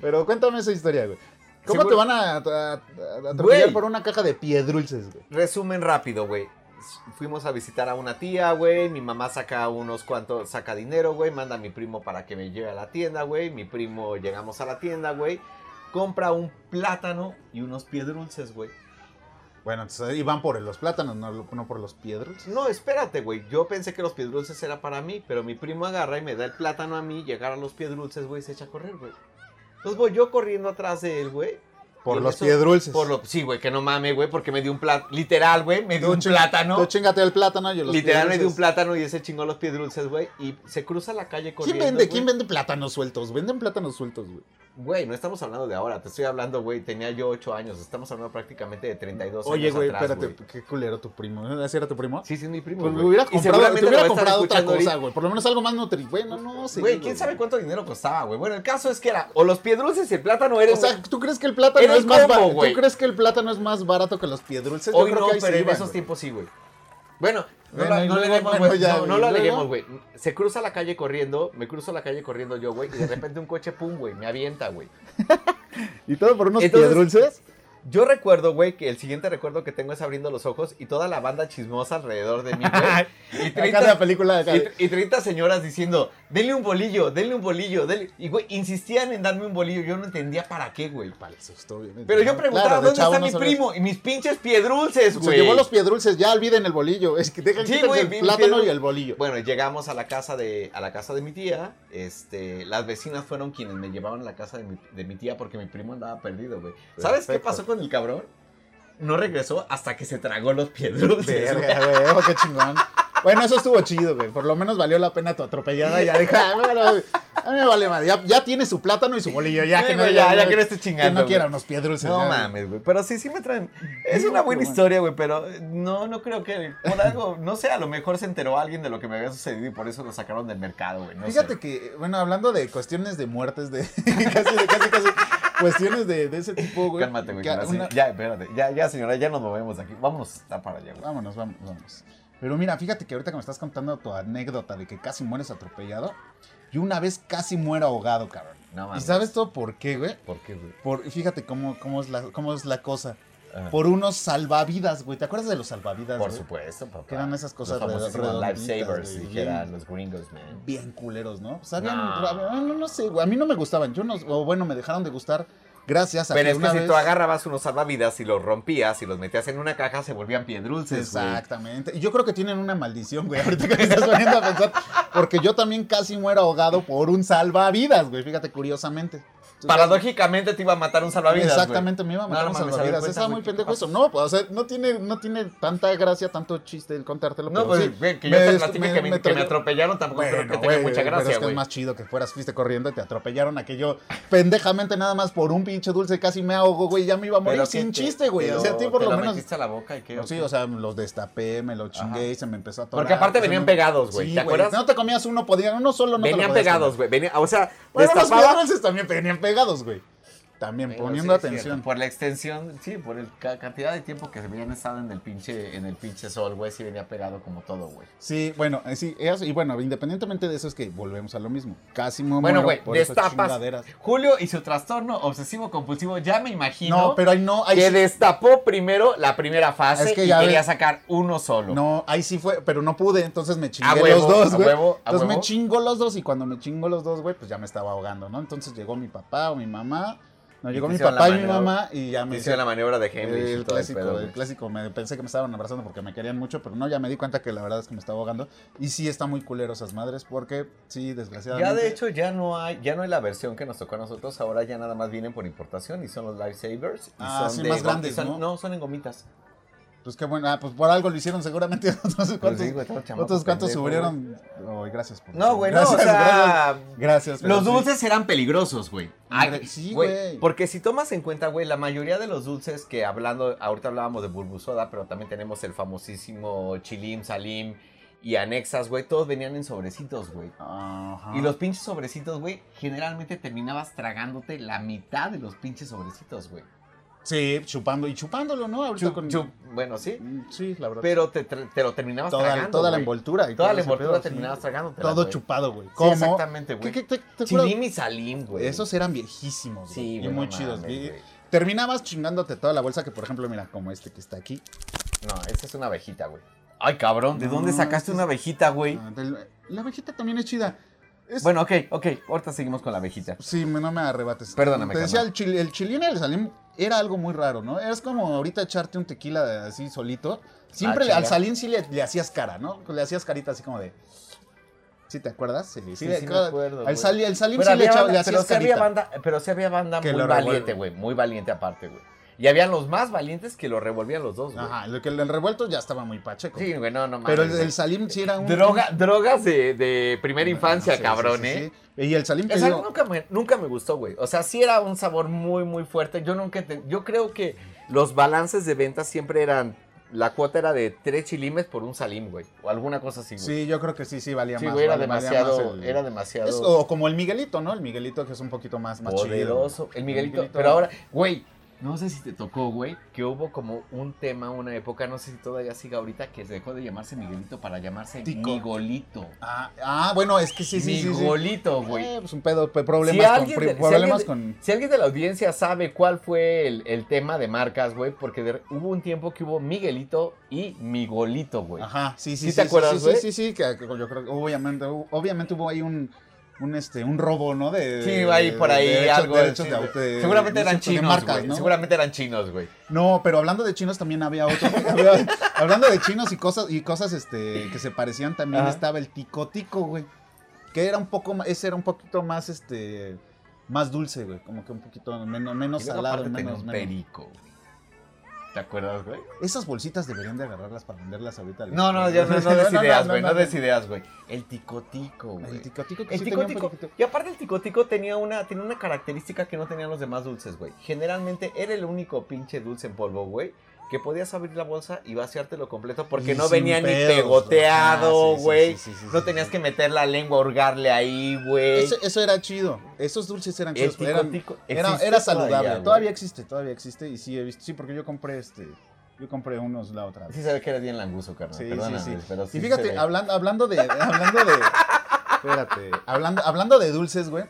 [SPEAKER 2] Pero cuéntame esa historia, güey. ¿Cómo
[SPEAKER 3] Seguro-
[SPEAKER 2] te van a, a- a- a atropellar
[SPEAKER 3] Güey.
[SPEAKER 2] por una caja de piedrulces, güey?
[SPEAKER 3] Resumen rápido, güey. Fuimos a visitar a una tía, güey. Mi mamá saca unos cuantos, saca dinero, güey. Manda a mi primo para que me lleve a la tienda, güey. Mi primo llegamos a la tienda, güey. Compra un plátano y unos piedrulces, güey.
[SPEAKER 2] Bueno, entonces iban por los plátanos, no, no por los piedrulces.
[SPEAKER 3] No, espérate, güey. Yo pensé que los piedrulces era para mí, pero mi primo agarra y me da el plátano a mí. Llegar a los piedrulces, güey, se echa a correr, güey. Entonces voy yo corriendo atrás de él, güey.
[SPEAKER 2] Por
[SPEAKER 3] Y
[SPEAKER 2] los
[SPEAKER 3] eso-
[SPEAKER 2] piedrulces.
[SPEAKER 3] Por lo, sí, güey, que no mame, güey, porque me dio un plátano. Literal, güey, me dio un
[SPEAKER 2] chinga-
[SPEAKER 3] plátano.
[SPEAKER 2] Tú chingate el plátano y los
[SPEAKER 3] Literal me dio un
[SPEAKER 2] piedrulces.
[SPEAKER 3] plátano y ese chingó los piedrulces, güey. Y se cruza la calle
[SPEAKER 2] ¿Quién
[SPEAKER 3] corriendo.
[SPEAKER 2] vende?
[SPEAKER 3] güey.
[SPEAKER 2] ¿Quién vende plátanos sueltos? Venden plátanos sueltos, güey.
[SPEAKER 3] Güey, no estamos hablando de ahora. Te estoy hablando, güey. Tenía yo 8 años. Estamos hablando prácticamente de 32 años.
[SPEAKER 2] Oye, güey,
[SPEAKER 3] atrás,
[SPEAKER 2] espérate,
[SPEAKER 3] güey.
[SPEAKER 2] qué culero tu primo. ¿Así era tu primo?
[SPEAKER 3] Sí, sí, es mi primo.
[SPEAKER 2] Pues me
[SPEAKER 3] güey.
[SPEAKER 2] hubiera
[SPEAKER 3] Y
[SPEAKER 2] comprado,
[SPEAKER 3] seguramente
[SPEAKER 2] te hubiera
[SPEAKER 3] lo va a estar
[SPEAKER 2] comprado otra
[SPEAKER 3] escuchando
[SPEAKER 2] cosa,
[SPEAKER 3] ahorita.
[SPEAKER 2] güey. Por lo menos algo más nutri. Bueno, no sé.
[SPEAKER 3] Güey, quién sabe cuánto dinero costaba, güey. Bueno, el caso es que era o los piedrulces y el plátano eran.
[SPEAKER 2] O sea, ¿tú crees que el plátano
[SPEAKER 3] Era el
[SPEAKER 2] es más
[SPEAKER 3] combo,
[SPEAKER 2] barato?
[SPEAKER 3] güey.
[SPEAKER 2] ¿Tú crees que el plátano es más barato que los piedrulces?
[SPEAKER 3] Hoy no,
[SPEAKER 2] que ahí
[SPEAKER 3] pero
[SPEAKER 2] sí
[SPEAKER 3] en
[SPEAKER 2] iban,
[SPEAKER 3] esos
[SPEAKER 2] güey.
[SPEAKER 3] tiempos sí, güey. Bueno, no,
[SPEAKER 2] Bueno,
[SPEAKER 3] la-
[SPEAKER 2] y
[SPEAKER 3] no le
[SPEAKER 2] luego,
[SPEAKER 3] demos,
[SPEAKER 2] bueno,
[SPEAKER 3] güey.
[SPEAKER 2] ya,
[SPEAKER 3] no,
[SPEAKER 2] y
[SPEAKER 3] no la
[SPEAKER 2] luego.
[SPEAKER 3] leguemos, güey. Se cruza la calle corriendo, me cruzo la calle corriendo yo, güey, y de repente un coche, pum, güey, me avienta, güey.
[SPEAKER 2] ¿Y todo por unos
[SPEAKER 3] Entonces-
[SPEAKER 2] piedrulces?
[SPEAKER 3] Yo recuerdo, güey, que el siguiente recuerdo que tengo es abriendo los ojos y toda la banda chismosa alrededor de mí, güey. Y
[SPEAKER 2] Acá de la
[SPEAKER 3] 30,
[SPEAKER 2] película de acá.
[SPEAKER 3] y tr- y 30 señoras diciendo, denle un bolillo, denle un bolillo, denle. Y, güey, insistían en darme un bolillo. Yo no entendía para qué, güey.
[SPEAKER 2] Para el susto, obviamente.
[SPEAKER 3] Pero yo
[SPEAKER 2] ¿no?
[SPEAKER 3] preguntaba,
[SPEAKER 2] Claro, de
[SPEAKER 3] ¿dónde
[SPEAKER 2] chavo
[SPEAKER 3] está
[SPEAKER 2] no
[SPEAKER 3] mi
[SPEAKER 2] sabes.
[SPEAKER 3] primo? Y mis pinches piedrulces,
[SPEAKER 2] Se
[SPEAKER 3] güey.
[SPEAKER 2] llevó los piedrulces, ya olviden el bolillo. Es que dejan
[SPEAKER 3] Sí,
[SPEAKER 2] quítense
[SPEAKER 3] güey,
[SPEAKER 2] el
[SPEAKER 3] vi-
[SPEAKER 2] plátano
[SPEAKER 3] piedru-
[SPEAKER 2] y el bolillo.
[SPEAKER 3] Bueno, llegamos a la casa de a la casa de mi tía. Este, las vecinas fueron quienes me llevaron a la casa de mi, de mi tía porque mi primo andaba perdido, güey. ¿Sabes qué
[SPEAKER 2] Perfecto.
[SPEAKER 3] pasó con el cabrón? No regresó hasta que se tragó los piedrulces. güey.
[SPEAKER 2] Verga, güey, oh, qué chingón. Bueno, eso estuvo chido, güey. Por lo menos valió la pena tu atropellada. Ya deja, bueno, a mí me vale madre. Ya, ya tiene su plátano y su bolillo. Ya
[SPEAKER 3] Sí,
[SPEAKER 2] que no,
[SPEAKER 3] güey, ya- ya que no esté
[SPEAKER 2] Que
[SPEAKER 3] chingando,
[SPEAKER 2] no quiera
[SPEAKER 3] güey.
[SPEAKER 2] unos piedrulces.
[SPEAKER 3] No
[SPEAKER 2] Pues ya.
[SPEAKER 3] mames, güey. Pero sí, sí me traen. Es
[SPEAKER 2] No,
[SPEAKER 3] una buena
[SPEAKER 2] pero bueno.
[SPEAKER 3] historia, güey. Pero no, no creo que por algo, no sé, a lo mejor se enteró alguien de lo que me había sucedido y por eso lo sacaron del mercado, güey. no sé.
[SPEAKER 2] Fíjate que, bueno, hablando de cuestiones de muertes, de casi, de casi, casi, cuestiones de, de ese tipo, güey.
[SPEAKER 3] Cálmate, güey.
[SPEAKER 2] que
[SPEAKER 3] con la
[SPEAKER 2] una-
[SPEAKER 3] se- Ya, espérate. Ya, ya, señora, ya nos movemos de aquí. Vámonos a para allá, güey.
[SPEAKER 2] Vámonos, vámonos, vámonos. Pero mira, fíjate que ahorita que me estás contando tu anécdota de que casi mueres atropellado, yo una vez casi muero ahogado, cabrón.
[SPEAKER 3] No
[SPEAKER 2] ¿Y
[SPEAKER 3] mames.
[SPEAKER 2] sabes todo por qué, güey?
[SPEAKER 3] ¿Por qué, güey? Ah.
[SPEAKER 2] Por, fíjate cómo, cómo, es la, cómo es la cosa.
[SPEAKER 3] Ajá.
[SPEAKER 2] Por unos salvavidas, güey. ¿Te acuerdas de los salvavidas,
[SPEAKER 3] Por
[SPEAKER 2] güey?
[SPEAKER 3] supuesto, papá.
[SPEAKER 2] Que eran esas cosas
[SPEAKER 3] los famosísimos
[SPEAKER 2] redonditas,
[SPEAKER 3] lifesavers,
[SPEAKER 2] güey,
[SPEAKER 3] dijeran
[SPEAKER 2] bien.
[SPEAKER 3] los gringos, man.
[SPEAKER 2] Bien culeros, ¿no? Sabían,
[SPEAKER 3] No.
[SPEAKER 2] ra- ah, no, no sé, güey. A mí no me gustaban. Yo no, o bueno, me dejaron de gustar gracias a
[SPEAKER 3] Pero
[SPEAKER 2] que
[SPEAKER 3] es que
[SPEAKER 2] una
[SPEAKER 3] si
[SPEAKER 2] vez-
[SPEAKER 3] tú agarrabas unos salvavidas y los rompías y los metías en una caja, se volvían piedrulces, güey.
[SPEAKER 2] Exactamente. Y yo creo que tienen una maldición, güey. Ahorita que me estás poniendo a pensar. Porque yo también casi muero ahogado por un salvavidas, güey. Fíjate, curiosamente.
[SPEAKER 3] Paradójicamente te iba a matar un salvavidas, güey.
[SPEAKER 2] Exactamente, me iba a matar
[SPEAKER 3] No,
[SPEAKER 2] un
[SPEAKER 3] no mames, a ver,
[SPEAKER 2] salvavidas.
[SPEAKER 3] cuenta,
[SPEAKER 2] Estaba
[SPEAKER 3] güey,
[SPEAKER 2] muy
[SPEAKER 3] ¿qué
[SPEAKER 2] pendejo
[SPEAKER 3] pasó?
[SPEAKER 2] eso. No, pues, o sea, no tiene, no tiene tanta gracia, tanto chiste el contártelo.
[SPEAKER 3] No,
[SPEAKER 2] pero
[SPEAKER 3] pues,
[SPEAKER 2] sí.
[SPEAKER 3] güey, que yo te
[SPEAKER 2] Me-
[SPEAKER 3] platique que, me, que
[SPEAKER 2] trayó-
[SPEAKER 3] me atropellaron tampoco
[SPEAKER 2] Bueno,
[SPEAKER 3] creo que tenga
[SPEAKER 2] güey,
[SPEAKER 3] mucha
[SPEAKER 2] pero
[SPEAKER 3] gracia,
[SPEAKER 2] es que es
[SPEAKER 3] güey.
[SPEAKER 2] más chido que fueras, fuiste corriendo y te atropellaron a que yo pendejamente nada más por un pinche dulce casi me ahogo, güey, ya me iba a morir
[SPEAKER 3] Pero
[SPEAKER 2] sin
[SPEAKER 3] que te-
[SPEAKER 2] chiste, güey.
[SPEAKER 3] te
[SPEAKER 2] O sea, a ti
[SPEAKER 3] lo-
[SPEAKER 2] por
[SPEAKER 3] te
[SPEAKER 2] lo menos
[SPEAKER 3] metiste a la boca y qué,
[SPEAKER 2] no,
[SPEAKER 3] o
[SPEAKER 2] sí,
[SPEAKER 3] qué?
[SPEAKER 2] o sea, los destapé, me lo chingué
[SPEAKER 3] Ajá.
[SPEAKER 2] y se me empezó a atorar.
[SPEAKER 3] Porque aparte
[SPEAKER 2] se
[SPEAKER 3] venían
[SPEAKER 2] me-
[SPEAKER 3] pegados, güey,
[SPEAKER 2] Sí,
[SPEAKER 3] ¿te acuerdas?
[SPEAKER 2] No te comías uno, podía, uno solo no te lo
[SPEAKER 3] venían
[SPEAKER 2] podías
[SPEAKER 3] pegados,
[SPEAKER 2] comer.
[SPEAKER 3] güey. venía- O sea,
[SPEAKER 2] Bueno, los
[SPEAKER 3] destapaba.
[SPEAKER 2] piedrulces también venían pegados, güey. También,
[SPEAKER 3] Pero
[SPEAKER 2] poniendo
[SPEAKER 3] sí, es cierto,
[SPEAKER 2] atención.
[SPEAKER 3] Por la extensión, sí, por el ca- cantidad de tiempo que se habían estado en el pinche, en el pinche sol, güey, sí venía pegado como todo, güey.
[SPEAKER 2] Sí, bueno, eh, sí, eso- y bueno, independientemente de eso es que volvemos a lo mismo. Casi me
[SPEAKER 3] Bueno,
[SPEAKER 2] muero
[SPEAKER 3] güey,
[SPEAKER 2] por esas
[SPEAKER 3] destapas.
[SPEAKER 2] chingaderas.
[SPEAKER 3] Julio y su trastorno obsesivo compulsivo, ya me imagino.
[SPEAKER 2] No, pero ahí no, ahí
[SPEAKER 3] que
[SPEAKER 2] sí,
[SPEAKER 3] destapó primero la primera fase
[SPEAKER 2] Es que
[SPEAKER 3] y
[SPEAKER 2] ya
[SPEAKER 3] quería
[SPEAKER 2] ves-
[SPEAKER 3] sacar uno solo.
[SPEAKER 2] no, ahí sí fue, pero no pude, entonces me chingué
[SPEAKER 3] A huevo,
[SPEAKER 2] los dos,
[SPEAKER 3] a
[SPEAKER 2] güey.
[SPEAKER 3] huevo, a
[SPEAKER 2] Entonces me
[SPEAKER 3] huevo.
[SPEAKER 2] chingo los dos y cuando me chingo los dos, güey, pues ya me estaba ahogando, ¿no? Entonces llegó mi papá o mi mamá, no,
[SPEAKER 3] Y
[SPEAKER 2] llegó
[SPEAKER 3] te
[SPEAKER 2] mi
[SPEAKER 3] hicieron
[SPEAKER 2] papá
[SPEAKER 3] la
[SPEAKER 2] y mi
[SPEAKER 3] maniobra.
[SPEAKER 2] mamá y ya me
[SPEAKER 3] Hizo la maniobra de Heimlich. y
[SPEAKER 2] El
[SPEAKER 3] todo el
[SPEAKER 2] clásico,
[SPEAKER 3] pedo,
[SPEAKER 2] el
[SPEAKER 3] güey.
[SPEAKER 2] clásico. Me pensé que me estaban abrazando porque me querían mucho, pero no, ya me di cuenta que la verdad es que me estaba ahogando. Y sí está muy culero esas madres porque, sí,
[SPEAKER 3] Ya
[SPEAKER 2] desgraciadamente.
[SPEAKER 3] de hecho ya no hay, ya no hay la versión que nos tocó a nosotros, ahora ya nada más vienen por importación y son los lifesavers. y
[SPEAKER 2] Ah,
[SPEAKER 3] son
[SPEAKER 2] sí,
[SPEAKER 3] de
[SPEAKER 2] más
[SPEAKER 3] gom-
[SPEAKER 2] grandes,
[SPEAKER 3] y son-
[SPEAKER 2] ¿no?
[SPEAKER 3] son en gomitas.
[SPEAKER 2] Pues qué bueno, ah, pues por algo lo hicieron seguramente. Entonces,
[SPEAKER 3] Pues
[SPEAKER 2] ¿cuántos,
[SPEAKER 3] sí, güey, todo chamaco
[SPEAKER 2] otros cuántos
[SPEAKER 3] pendejo, güey.
[SPEAKER 2] murieron? Ay, gracias por
[SPEAKER 3] No,
[SPEAKER 2] eso.
[SPEAKER 3] güey, no,
[SPEAKER 2] gracias,
[SPEAKER 3] o
[SPEAKER 2] gracias,
[SPEAKER 3] sea,
[SPEAKER 2] gracias, pero
[SPEAKER 3] Los
[SPEAKER 2] sí.
[SPEAKER 3] dulces eran peligrosos, güey.
[SPEAKER 2] Hombre,
[SPEAKER 3] Ay,
[SPEAKER 2] sí, güey.
[SPEAKER 3] Porque si tomas en cuenta, güey, la mayoría de los dulces que hablando, ahorita hablábamos de burbusoda, pero también tenemos el famosísimo chilim, salim y anexas, güey, todos venían en sobrecitos, güey.
[SPEAKER 2] Ajá.
[SPEAKER 3] Y los pinches sobrecitos, güey, generalmente terminabas tragándote la mitad de los pinches sobrecitos, güey.
[SPEAKER 2] Sí, chupando y chupándolo, ¿no? Ahorita
[SPEAKER 3] Chup,
[SPEAKER 2] con-
[SPEAKER 3] chup, bueno, sí,
[SPEAKER 2] Mm, Sí, la verdad.
[SPEAKER 3] pero te, tra- te lo terminabas
[SPEAKER 2] toda,
[SPEAKER 3] tragando,
[SPEAKER 2] toda la
[SPEAKER 3] güey.
[SPEAKER 2] envoltura. y
[SPEAKER 3] Toda
[SPEAKER 2] todo
[SPEAKER 3] la
[SPEAKER 2] ese
[SPEAKER 3] envoltura
[SPEAKER 2] pedo, sí.
[SPEAKER 3] terminabas tragándote.
[SPEAKER 2] Todo chupado, güey.
[SPEAKER 3] Sí,
[SPEAKER 2] ¿Cómo?
[SPEAKER 3] exactamente, güey.
[SPEAKER 2] ¿Qué- qué- te- te acuerdas?
[SPEAKER 3] Chilim y salim, güey.
[SPEAKER 2] Esos eran viejísimos, güey.
[SPEAKER 3] Pues, Sí,
[SPEAKER 2] y
[SPEAKER 3] güey,
[SPEAKER 2] muy
[SPEAKER 3] no
[SPEAKER 2] chidos.
[SPEAKER 3] mames,
[SPEAKER 2] y-
[SPEAKER 3] güey.
[SPEAKER 2] Terminabas chingándote toda la bolsa que, por ejemplo, mira, como este que está aquí.
[SPEAKER 3] No, esta es una abejita, güey. Ay, cabrón, ¿de
[SPEAKER 2] No,
[SPEAKER 3] dónde sacaste
[SPEAKER 2] este es-
[SPEAKER 3] una abejita, güey?
[SPEAKER 2] Ah, del- La abejita también es chida. Es-
[SPEAKER 3] Bueno, ok, ok, ahorita seguimos con la abejita.
[SPEAKER 2] Sí, me- no me arrebates.
[SPEAKER 3] Perdóname,
[SPEAKER 2] Te decía,
[SPEAKER 3] carnal.
[SPEAKER 2] el, chil- el chileno y el salín era algo muy raro, ¿no? Es como ahorita echarte un tequila de- así solito. Siempre
[SPEAKER 3] Ah,
[SPEAKER 2] le- al
[SPEAKER 3] chinga.
[SPEAKER 2] salín sí le, le hacías cara, ¿no? Le hacías carita así como de... ¿Sí te acuerdas? Sí, sí,
[SPEAKER 3] Sí,
[SPEAKER 2] de-
[SPEAKER 3] sí me
[SPEAKER 2] claro.
[SPEAKER 3] acuerdo, güey.
[SPEAKER 2] Al, sali- al salín
[SPEAKER 3] Pero
[SPEAKER 2] sí le,
[SPEAKER 3] había
[SPEAKER 2] echaba- le
[SPEAKER 3] banda- pero
[SPEAKER 2] hacías
[SPEAKER 3] sí había
[SPEAKER 2] carita.
[SPEAKER 3] banda, pero sí había banda
[SPEAKER 2] Que
[SPEAKER 3] muy
[SPEAKER 2] lo
[SPEAKER 3] valiente,
[SPEAKER 2] revuelve.
[SPEAKER 3] güey, muy valiente aparte, güey. Y habían los más valientes que lo revolvían los dos, güey.
[SPEAKER 2] Ajá, lo que el revuelto ya estaba muy pacheco.
[SPEAKER 3] Sí, güey, no, no mames.
[SPEAKER 2] Pero el,
[SPEAKER 3] güey.
[SPEAKER 2] el salín sí era un...
[SPEAKER 3] Droga- drogas de, de primera infancia,
[SPEAKER 2] Sí, sí,
[SPEAKER 3] cabrón,
[SPEAKER 2] sí, sí,
[SPEAKER 3] ¿eh?
[SPEAKER 2] sí. Y el salim te
[SPEAKER 3] Esa
[SPEAKER 2] digo,
[SPEAKER 3] nunca me, nunca me gustó, güey. O sea, sí era un sabor muy, muy fuerte. Yo nunca enten- Yo creo que los balances de ventas siempre eran. La cuota era de tres chilimes por un salim, güey. O alguna cosa así, güey.
[SPEAKER 2] Sí, yo creo que sí, sí, valía
[SPEAKER 3] Sí,
[SPEAKER 2] más.
[SPEAKER 3] güey, era
[SPEAKER 2] vale- valía
[SPEAKER 3] demasiado.
[SPEAKER 2] más el-
[SPEAKER 3] Era demasiado.
[SPEAKER 2] Es- o como el Miguelito, ¿no? El Miguelito que es un poquito más, más
[SPEAKER 3] poderoso.
[SPEAKER 2] chido.
[SPEAKER 3] El Miguelito. Pero ahora, güey. No sé si te tocó, güey, que hubo como un tema, una época, no sé si todavía siga ahorita, que dejó de llamarse Miguelito para llamarse
[SPEAKER 2] Tico.
[SPEAKER 3] Migolito.
[SPEAKER 2] Ah, ah, bueno, es que sí, sí, sí. sí.
[SPEAKER 3] Migolito, güey.
[SPEAKER 2] Eh, pues un pedo, pe-
[SPEAKER 3] Si
[SPEAKER 2] problemas, con,
[SPEAKER 3] alguien
[SPEAKER 2] pri-
[SPEAKER 3] de- si
[SPEAKER 2] problemas
[SPEAKER 3] alguien de-
[SPEAKER 2] con...
[SPEAKER 3] Si alguien de la audiencia sabe cuál fue el, el tema de marcas, güey, porque de- hubo un tiempo que hubo Miguelito y Migolito, güey.
[SPEAKER 2] Ajá, sí, sí,
[SPEAKER 3] ¿Sí te acuerdas,
[SPEAKER 2] sí,
[SPEAKER 3] güey?
[SPEAKER 2] sí, sí, que, que yo creo que obviamente, hubo- obviamente hubo ahí un... Un, este, un robo, ¿no? De,
[SPEAKER 3] Sí, ahí
[SPEAKER 2] de-
[SPEAKER 3] por ahí
[SPEAKER 2] de derechos-
[SPEAKER 3] algo.
[SPEAKER 2] derechos
[SPEAKER 3] sí,
[SPEAKER 2] de
[SPEAKER 3] güey.
[SPEAKER 2] auto- de-
[SPEAKER 3] Seguramente
[SPEAKER 2] de-
[SPEAKER 3] eran
[SPEAKER 2] de
[SPEAKER 3] chinos,
[SPEAKER 2] marcas,
[SPEAKER 3] güey.
[SPEAKER 2] ¿no?
[SPEAKER 3] Seguramente eran chinos, güey.
[SPEAKER 2] No, pero hablando de chinos también había otro. había- hablando de chinos y cosas, y cosas este, que se parecían también
[SPEAKER 3] Ajá.
[SPEAKER 2] estaba el ticotico, güey. Que era un poco más, ese era un poquito más este más dulce, güey. Como que un poquito menos, menos
[SPEAKER 3] Y luego
[SPEAKER 2] salado,
[SPEAKER 3] aparte tenía
[SPEAKER 2] menos,
[SPEAKER 3] un
[SPEAKER 2] menos.
[SPEAKER 3] perico, güey. ¿Te acuerdas, güey?
[SPEAKER 2] Esas bolsitas deberían de agarrarlas para venderlas ahorita.
[SPEAKER 3] No, no, ya no, no des ideas, güey. No,
[SPEAKER 2] no.
[SPEAKER 3] des ideas, güey. El ticotico, güey.
[SPEAKER 2] El ticotico que
[SPEAKER 3] El
[SPEAKER 2] sí tenía un
[SPEAKER 3] ticotico.
[SPEAKER 2] poquito-
[SPEAKER 3] Y aparte el ticotico tenía una, tenía una característica que no tenían los demás dulces, güey. Generalmente era el único pinche dulce en polvo, güey. Que podías abrir la bolsa y vaciártelo completo porque
[SPEAKER 2] Y
[SPEAKER 3] no
[SPEAKER 2] sin
[SPEAKER 3] venía ni
[SPEAKER 2] pedos, güey. Ah,
[SPEAKER 3] pegoteado,
[SPEAKER 2] sí, sí,
[SPEAKER 3] güey.
[SPEAKER 2] sí, sí, sí,
[SPEAKER 3] no
[SPEAKER 2] sí,
[SPEAKER 3] tenías
[SPEAKER 2] sí.
[SPEAKER 3] que meter la lengua, hurgarle ahí, güey.
[SPEAKER 2] Eso, eso era chido. Esos dulces eran
[SPEAKER 3] El
[SPEAKER 2] chidos. pero eran-
[SPEAKER 3] ticotico
[SPEAKER 2] Era,
[SPEAKER 3] existe
[SPEAKER 2] era saludable.
[SPEAKER 3] todavía,
[SPEAKER 2] Todavía,
[SPEAKER 3] güey.
[SPEAKER 2] existe, todavía existe. Y sí, he visto. Sí, porque yo compré este. Yo compré unos la otra vez.
[SPEAKER 3] Sí sabe que eres bien languso, carnal.
[SPEAKER 2] Sí, sí,
[SPEAKER 3] perdóname,
[SPEAKER 2] sí.
[SPEAKER 3] pero sí
[SPEAKER 2] y
[SPEAKER 3] se
[SPEAKER 2] fíjate,
[SPEAKER 3] ve.
[SPEAKER 2] hablando, hablando de. Hablando de. Espérate. Hablando, hablando de dulces, güey.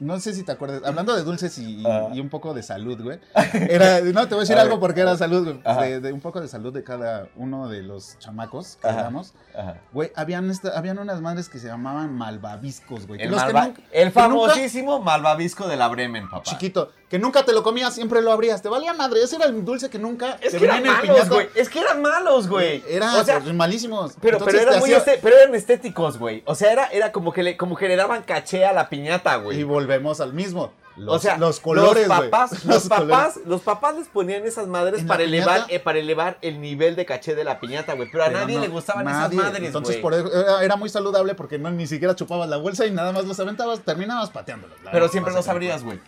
[SPEAKER 2] No sé si te acuerdas. Hablando de dulces y, y-
[SPEAKER 3] Ajá.
[SPEAKER 2] y un poco de salud, güey. Era, no, te voy a decir
[SPEAKER 3] A
[SPEAKER 2] algo
[SPEAKER 3] ver.
[SPEAKER 2] porque era salud, güey.
[SPEAKER 3] Ajá.
[SPEAKER 2] De, de un poco de salud de cada uno de los chamacos que
[SPEAKER 3] Ajá.
[SPEAKER 2] éramos.
[SPEAKER 3] Ajá.
[SPEAKER 2] Güey, habían, esta- habían unas madres que se llamaban malvaviscos, güey. que
[SPEAKER 3] El,
[SPEAKER 2] los que
[SPEAKER 3] malva-
[SPEAKER 2] nunca-
[SPEAKER 3] el
[SPEAKER 2] que nunca-
[SPEAKER 3] famosísimo malvavisco de la Bremen, papá.
[SPEAKER 2] chiquito, que nunca te lo comías, siempre lo abrías. Te valía madre. Ese era el dulce que nunca.
[SPEAKER 3] Es
[SPEAKER 2] te
[SPEAKER 3] que
[SPEAKER 2] venía
[SPEAKER 3] eran
[SPEAKER 2] en el
[SPEAKER 3] malos,
[SPEAKER 2] piñato.
[SPEAKER 3] güey. Es que eran malos, güey.
[SPEAKER 2] Era
[SPEAKER 3] O sea,
[SPEAKER 2] pues, malísimos.
[SPEAKER 3] pero, pero,
[SPEAKER 2] Entonces,
[SPEAKER 3] eran
[SPEAKER 2] te
[SPEAKER 3] muy
[SPEAKER 2] hacía-
[SPEAKER 3] este- pero eran estéticos, güey. O sea, era, era como que le, como que le daban caché a la piñata,
[SPEAKER 2] Y
[SPEAKER 3] güey.
[SPEAKER 2] volvemos al mismo. Los,
[SPEAKER 3] o sea,
[SPEAKER 2] los colores,
[SPEAKER 3] los
[SPEAKER 2] güey.
[SPEAKER 3] papás, los papás,
[SPEAKER 2] colores.
[SPEAKER 3] los papás les ponían esas madres
[SPEAKER 2] ¿En la
[SPEAKER 3] para elevar,
[SPEAKER 2] piñata?
[SPEAKER 3] eh, para elevar el nivel de caché de la piñata, güey. Pero a
[SPEAKER 2] Pero
[SPEAKER 3] nadie
[SPEAKER 2] no,
[SPEAKER 3] le gustaban
[SPEAKER 2] nadie.
[SPEAKER 3] esas madres,
[SPEAKER 2] Entonces,
[SPEAKER 3] güey.
[SPEAKER 2] por eso era, era muy saludable porque no ni siquiera chupabas la bolsa y nada más los aventabas, terminabas pateándolos. la
[SPEAKER 3] Pero
[SPEAKER 2] verdad,
[SPEAKER 3] siempre
[SPEAKER 2] no
[SPEAKER 3] los
[SPEAKER 2] sé qué.
[SPEAKER 3] abrías, güey.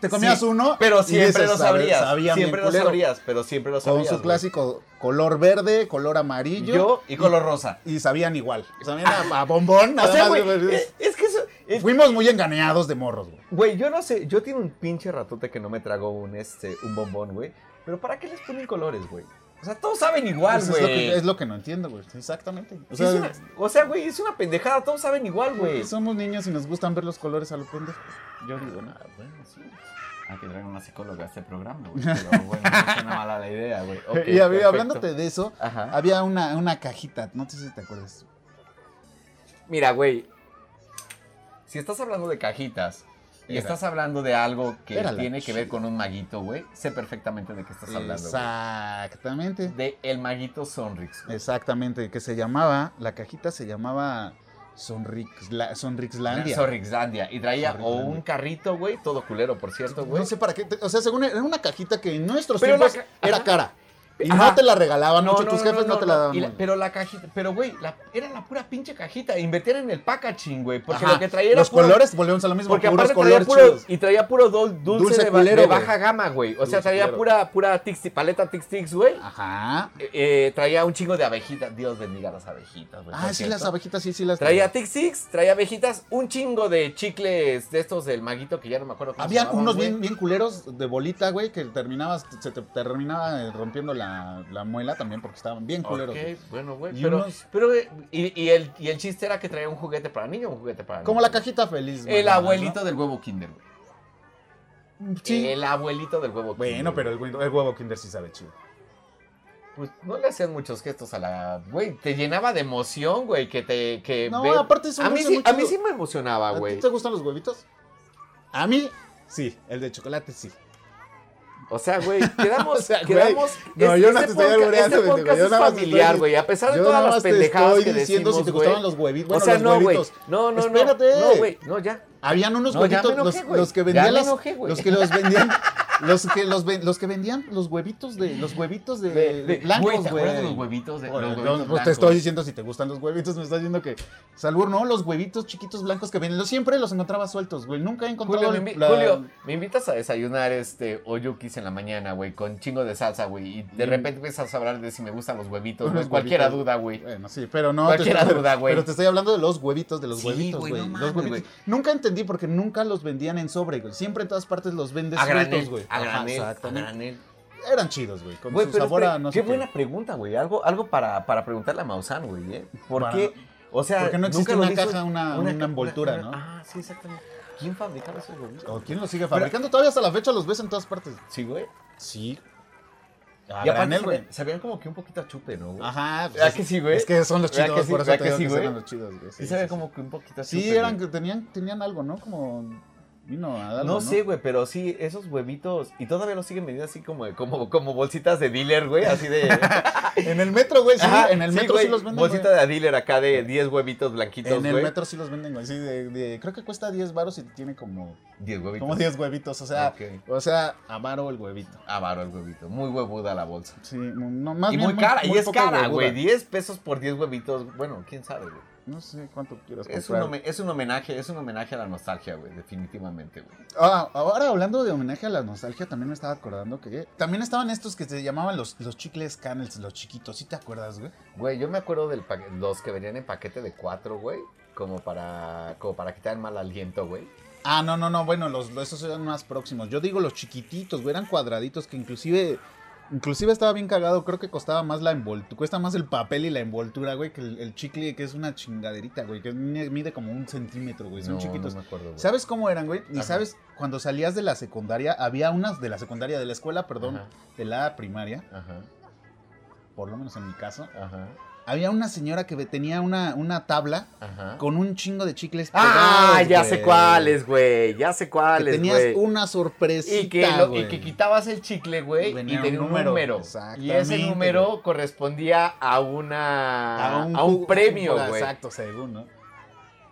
[SPEAKER 2] Te comías
[SPEAKER 3] Sí,
[SPEAKER 2] uno.
[SPEAKER 3] Pero
[SPEAKER 2] y dices,
[SPEAKER 3] siempre los
[SPEAKER 2] "Sabe-
[SPEAKER 3] abrías.
[SPEAKER 2] sabían bien
[SPEAKER 3] Siempre los
[SPEAKER 2] culero".
[SPEAKER 3] abrías, pero siempre los
[SPEAKER 2] Con
[SPEAKER 3] abrías.
[SPEAKER 2] su
[SPEAKER 3] güey.
[SPEAKER 2] clásico color verde, color amarillo.
[SPEAKER 3] Yo y color rosa.
[SPEAKER 2] Y sabían igual. Sabían a, a bombón.
[SPEAKER 3] O
[SPEAKER 2] nada
[SPEAKER 3] sea,
[SPEAKER 2] más,
[SPEAKER 3] güey, eh,
[SPEAKER 2] güey.
[SPEAKER 3] es, es que eso, Es-
[SPEAKER 2] Fuimos muy engañados de morros, güey.
[SPEAKER 3] Güey, yo no sé, yo tengo un pinche ratote que no me trago un, este, un bombón, güey. Pero ¿para qué les ponen colores, güey? O sea, todos saben igual,
[SPEAKER 2] Eso Pues es, lo
[SPEAKER 3] güey.
[SPEAKER 2] que, es lo que no entiendo, güey. Exactamente. O
[SPEAKER 3] Sí,
[SPEAKER 2] sea,
[SPEAKER 3] es una- O sea, güey, es una pendejada, todos saben igual, güey.
[SPEAKER 2] somos niños y nos gustan ver los colores a lo pendejo. Yo digo, no.
[SPEAKER 3] Ah, bueno, sí. Hay Ah, que traer una psicóloga a este programa, güey. Pero bueno, no suena mala la idea, güey. Ok,
[SPEAKER 2] y había-
[SPEAKER 3] perfecto.
[SPEAKER 2] hablándote de eso,
[SPEAKER 3] Ajá.
[SPEAKER 2] había una, una cajita, no sé si te acuerdas.
[SPEAKER 3] Mira, güey. Si estás hablando de cajitas y
[SPEAKER 2] Era.
[SPEAKER 3] estás hablando de algo que
[SPEAKER 2] Era la
[SPEAKER 3] tiene que ver
[SPEAKER 2] chida.
[SPEAKER 3] con un maguito, güey, sé perfectamente de qué estás hablando. güey.
[SPEAKER 2] Exactamente.
[SPEAKER 3] De el maguito Sonrix, güey.
[SPEAKER 2] Exactamente, que se llamaba, la cajita se llamaba Sonrixla- Sonrixlandia.
[SPEAKER 3] Sonrixlandia. Y traía o
[SPEAKER 2] Sonrixlandia.
[SPEAKER 3] un carrito, güey, todo culero, por cierto, güey.
[SPEAKER 2] No sé para qué, te- o sea, según era una cajita que en nuestros
[SPEAKER 3] Pero la
[SPEAKER 2] tiempos
[SPEAKER 3] ca-
[SPEAKER 2] era
[SPEAKER 3] ajá.
[SPEAKER 2] cara. Y
[SPEAKER 3] Ajá.
[SPEAKER 2] no te la regalaban mucho, tus jefes no, te la daban.
[SPEAKER 3] Y la-
[SPEAKER 2] mucho.
[SPEAKER 3] pero la cajita, pero güey, la- era la pura pinche cajita. Invertían en el packaging, güey. Porque
[SPEAKER 2] Ajá,
[SPEAKER 3] lo que traía era
[SPEAKER 2] los
[SPEAKER 3] puro-
[SPEAKER 2] colores volvemos a lo mismo,
[SPEAKER 3] Porque
[SPEAKER 2] puros
[SPEAKER 3] aparte traía
[SPEAKER 2] colores
[SPEAKER 3] puro.
[SPEAKER 2] chidos.
[SPEAKER 3] Y traía puro dul- dulce,
[SPEAKER 2] Dulce
[SPEAKER 3] de, ba-
[SPEAKER 2] culero,
[SPEAKER 3] de
[SPEAKER 2] güey.
[SPEAKER 3] baja gama, güey. O sea,
[SPEAKER 2] Dulce
[SPEAKER 3] traía
[SPEAKER 2] culero.
[SPEAKER 3] pura, pura Tix Tix- paleta Tix Tix, güey.
[SPEAKER 2] Ajá.
[SPEAKER 3] Eh, eh, traía un chingo de abejitas. Dios bendiga las abejitas, güey.
[SPEAKER 2] Ah,
[SPEAKER 3] por
[SPEAKER 2] sí,
[SPEAKER 3] Pues, cierto.
[SPEAKER 2] las abejitas, sí, sí las
[SPEAKER 3] Traía Tix Tix, traía abejitas, un chingo de chicles de estos del maguito que ya no me acuerdo cómo se
[SPEAKER 2] Había
[SPEAKER 3] llamaban,
[SPEAKER 2] unos
[SPEAKER 3] güey.
[SPEAKER 2] bien, bien culeros de bolita, güey, que terminabas, se te terminaba eh, rompiendo la, la muela también porque estaban bien culeros.
[SPEAKER 3] Ok,
[SPEAKER 2] güey.
[SPEAKER 3] bueno, güey.
[SPEAKER 2] Y
[SPEAKER 3] Pero,
[SPEAKER 2] unos-
[SPEAKER 3] pero eh, y, y el, y el chiste era que traía un juguete para niño un juguete para niño.
[SPEAKER 2] Como la cajita feliz.
[SPEAKER 3] El
[SPEAKER 2] mamá,
[SPEAKER 3] abuelito del huevo Kinder, güey.
[SPEAKER 2] ¿no? Mm, Sí.
[SPEAKER 3] El abuelito del huevo Kinder.
[SPEAKER 2] Bueno, pero el, huevo- el huevo Kinder sí sabe chido.
[SPEAKER 3] Pues no le hacían muchos gestos a la. Güey, te llenaba de emoción, güey. Que te. Que
[SPEAKER 2] No,
[SPEAKER 3] ve-
[SPEAKER 2] aparte es un
[SPEAKER 3] a mí,
[SPEAKER 2] dulce
[SPEAKER 3] sí,
[SPEAKER 2] muy
[SPEAKER 3] a mí
[SPEAKER 2] chido.
[SPEAKER 3] sí me emocionaba,
[SPEAKER 2] ¿A
[SPEAKER 3] Ah, güey.
[SPEAKER 2] ti te gustan los huevitos? A mí, sí. El de chocolate, sí.
[SPEAKER 3] O sea, güey, quedamos.
[SPEAKER 2] O sea, güey,
[SPEAKER 3] quedamos
[SPEAKER 2] no, yo no te estoy
[SPEAKER 3] podca-
[SPEAKER 2] albureando,
[SPEAKER 3] Este
[SPEAKER 2] güey,
[SPEAKER 3] podcast
[SPEAKER 2] yo
[SPEAKER 3] es
[SPEAKER 2] nada más te
[SPEAKER 3] familiar,
[SPEAKER 2] estoy-
[SPEAKER 3] güey. A pesar de
[SPEAKER 2] Yo
[SPEAKER 3] todas
[SPEAKER 2] nada
[SPEAKER 3] las
[SPEAKER 2] más te
[SPEAKER 3] pendejadas
[SPEAKER 2] estoy
[SPEAKER 3] que
[SPEAKER 2] diciendo
[SPEAKER 3] decimos,
[SPEAKER 2] si te
[SPEAKER 3] güey.
[SPEAKER 2] gustaban los huevitos. Bueno,
[SPEAKER 3] o sea,
[SPEAKER 2] los
[SPEAKER 3] no, güey.
[SPEAKER 2] huevitos.
[SPEAKER 3] No, no,
[SPEAKER 2] Espérate.
[SPEAKER 3] no. No, güey. No, ya.
[SPEAKER 2] Habían unos
[SPEAKER 3] No, ya
[SPEAKER 2] huevitos,
[SPEAKER 3] me enojé,
[SPEAKER 2] los,
[SPEAKER 3] güey.
[SPEAKER 2] los que
[SPEAKER 3] Ya
[SPEAKER 2] vendían
[SPEAKER 3] me
[SPEAKER 2] las-
[SPEAKER 3] enojé, güey.
[SPEAKER 2] los que los vendían, los que los ven- los que vendían los huevitos de los huevitos de, blancos,
[SPEAKER 3] ¿te
[SPEAKER 2] güey.
[SPEAKER 3] acuerdas de los huevitos de
[SPEAKER 2] Bueno,
[SPEAKER 3] los
[SPEAKER 2] no,
[SPEAKER 3] huevitos
[SPEAKER 2] pues te
[SPEAKER 3] blancos?
[SPEAKER 2] estoy diciendo si te gustan los huevitos, me estás diciendo que Salbur, no, los huevitos chiquitos blancos que venden, los siempre los encontraba sueltos, güey. Nunca he encontrado
[SPEAKER 3] Julio, me invi-
[SPEAKER 2] la-
[SPEAKER 3] Julio, me invitas a desayunar este oyukis en la mañana, güey, con chingo de salsa, güey. Y de
[SPEAKER 2] Mm.
[SPEAKER 3] repente empiezas a hablar de si me gustan los huevitos,
[SPEAKER 2] Unos
[SPEAKER 3] güey. Cualquiera
[SPEAKER 2] huevitos. Eh,
[SPEAKER 3] duda, güey.
[SPEAKER 2] Bueno, sí, pero no.
[SPEAKER 3] Cualquiera
[SPEAKER 2] estoy-
[SPEAKER 3] duda, güey.
[SPEAKER 2] Pero te estoy hablando de los huevitos, de los
[SPEAKER 3] Sí,
[SPEAKER 2] huevitos,
[SPEAKER 3] güey,
[SPEAKER 2] güey.
[SPEAKER 3] no
[SPEAKER 2] los
[SPEAKER 3] mames,
[SPEAKER 2] huevitos.
[SPEAKER 3] güey.
[SPEAKER 2] Nunca entendí porque nunca los vendían en sobre, güey. Siempre en todas partes los vendes
[SPEAKER 3] A granel,
[SPEAKER 2] sueltos, güey.
[SPEAKER 3] a
[SPEAKER 2] Ajá,
[SPEAKER 3] granel, a
[SPEAKER 2] exactamente.
[SPEAKER 3] granel.
[SPEAKER 2] Eran chidos, güey. Con
[SPEAKER 3] Güey,
[SPEAKER 2] su
[SPEAKER 3] pero
[SPEAKER 2] sabor
[SPEAKER 3] espera,
[SPEAKER 2] a no
[SPEAKER 3] qué
[SPEAKER 2] sé
[SPEAKER 3] buena pregunta, güey. Algo, algo para, para preguntarle a Maussan, güey, ¿eh? ¿Por
[SPEAKER 2] Para-
[SPEAKER 3] qué? O sea,
[SPEAKER 2] porque no existe
[SPEAKER 3] nunca lo
[SPEAKER 2] una
[SPEAKER 3] hizo-
[SPEAKER 2] caja, una- una
[SPEAKER 3] ca-
[SPEAKER 2] envoltura, ¿no?
[SPEAKER 3] Ah, sí, exactamente. ¿Quién fabricaba esos huevitos?
[SPEAKER 2] ¿O quién los sigue fabricando? Todavía hasta la fecha los ves en todas partes.
[SPEAKER 3] Sí, güey.
[SPEAKER 2] Sí. A
[SPEAKER 3] Y aparte
[SPEAKER 2] granel, güey.
[SPEAKER 3] sabían, sabían como que un poquito a chupe, ¿no? güey?
[SPEAKER 2] Ajá. pues
[SPEAKER 3] ¿Verdad
[SPEAKER 2] es-
[SPEAKER 3] que sí, güey?
[SPEAKER 2] Es que son los
[SPEAKER 3] ¿Verdad
[SPEAKER 2] chidos,
[SPEAKER 3] que sí?
[SPEAKER 2] por eso
[SPEAKER 3] ¿Verdad
[SPEAKER 2] te
[SPEAKER 3] que
[SPEAKER 2] digo
[SPEAKER 3] sí,
[SPEAKER 2] que
[SPEAKER 3] güey?
[SPEAKER 2] eran los chidos, güey.
[SPEAKER 3] Sí, sabían como que un poquito a chupe.
[SPEAKER 2] Sí,
[SPEAKER 3] güey.
[SPEAKER 2] eran que tenían, tenían algo, ¿no? Como vino a algo,
[SPEAKER 3] No sé, güey, pero sí, esos huevitos. Y todavía los siguen vendiendo así como, como, como bolsitas de dealer, güey. Así de.
[SPEAKER 2] En el metro, güey, sí.
[SPEAKER 3] Ajá,
[SPEAKER 2] en el metro
[SPEAKER 3] güey,
[SPEAKER 2] sí los venden. güey.
[SPEAKER 3] Bolsita de dealer acá de 10 huevitos blanquitos,
[SPEAKER 2] En
[SPEAKER 3] güey.
[SPEAKER 2] el metro sí los venden, güey. Sí, de, de- creo que cuesta 10 varos y tiene como,
[SPEAKER 3] 10 huevitos.
[SPEAKER 2] como 10 huevitos. O sea,
[SPEAKER 3] Ok.
[SPEAKER 2] o sea, avaro el huevito.
[SPEAKER 3] Avaro el huevito. Muy huevuda la bolsa.
[SPEAKER 2] Sí, no, más
[SPEAKER 3] y
[SPEAKER 2] bien
[SPEAKER 3] muy cara, y es
[SPEAKER 2] poco
[SPEAKER 3] cara,
[SPEAKER 2] huevuda.
[SPEAKER 3] güey. 10 pesos por 10 huevitos. Bueno, quién sabe, güey.
[SPEAKER 2] No sé cuánto quieras
[SPEAKER 3] Es un,
[SPEAKER 2] comprar.
[SPEAKER 3] home- es un homenaje, es un homenaje a la nostalgia, güey, definitivamente, güey.
[SPEAKER 2] Ah, ahora hablando de homenaje a la nostalgia, también me estaba acordando que también estaban estos que se llamaban los, los chicles canels, los chiquitos, ¿sí te acuerdas, güey?
[SPEAKER 3] Güey, yo me acuerdo de los que venían en paquete de 4, güey. Como para, como para quitar el mal aliento, güey.
[SPEAKER 2] Ah, no, no, no, bueno, los, los- esos eran más próximos. Yo digo los chiquititos, güey, eran cuadraditos que inclusive inclusive estaba bien cagado, creo que costaba más la envoltura, cuesta más el papel y la envoltura, güey, que el, el chicle que es una chingaderita, güey, que ni- mide como un centímetro, güey, son
[SPEAKER 3] No,
[SPEAKER 2] chiquitos.
[SPEAKER 3] No me acuerdo, güey.
[SPEAKER 2] ¿Sabes cómo eran, güey? Y
[SPEAKER 3] Ajá.
[SPEAKER 2] sabes, cuando salías de la secundaria, había unas de la secundaria, de la escuela, perdón,
[SPEAKER 3] Ajá.
[SPEAKER 2] de la primaria,
[SPEAKER 3] Ajá,
[SPEAKER 2] por lo menos en mi caso,
[SPEAKER 3] ajá,
[SPEAKER 2] había una señora que ve- tenía una, una tabla
[SPEAKER 3] ajá.
[SPEAKER 2] con un chingo de chicles
[SPEAKER 3] Ah,
[SPEAKER 2] pegados,
[SPEAKER 3] ya
[SPEAKER 2] güey.
[SPEAKER 3] sé cuáles, güey. Ya sé
[SPEAKER 2] Que
[SPEAKER 3] cuáles,
[SPEAKER 2] tenías
[SPEAKER 3] güey.
[SPEAKER 2] una sorpresita,
[SPEAKER 3] Y que, lo- y
[SPEAKER 2] güey.
[SPEAKER 3] que quitabas el chicle, güey, y
[SPEAKER 2] Venía
[SPEAKER 3] tenía
[SPEAKER 2] un
[SPEAKER 3] un número.
[SPEAKER 2] número,
[SPEAKER 3] Y ese
[SPEAKER 2] exactamente,
[SPEAKER 3] número correspondía a una. A un,
[SPEAKER 2] ju-
[SPEAKER 3] premio,
[SPEAKER 2] juego,
[SPEAKER 3] güey.
[SPEAKER 2] Exacto, según, ¿no?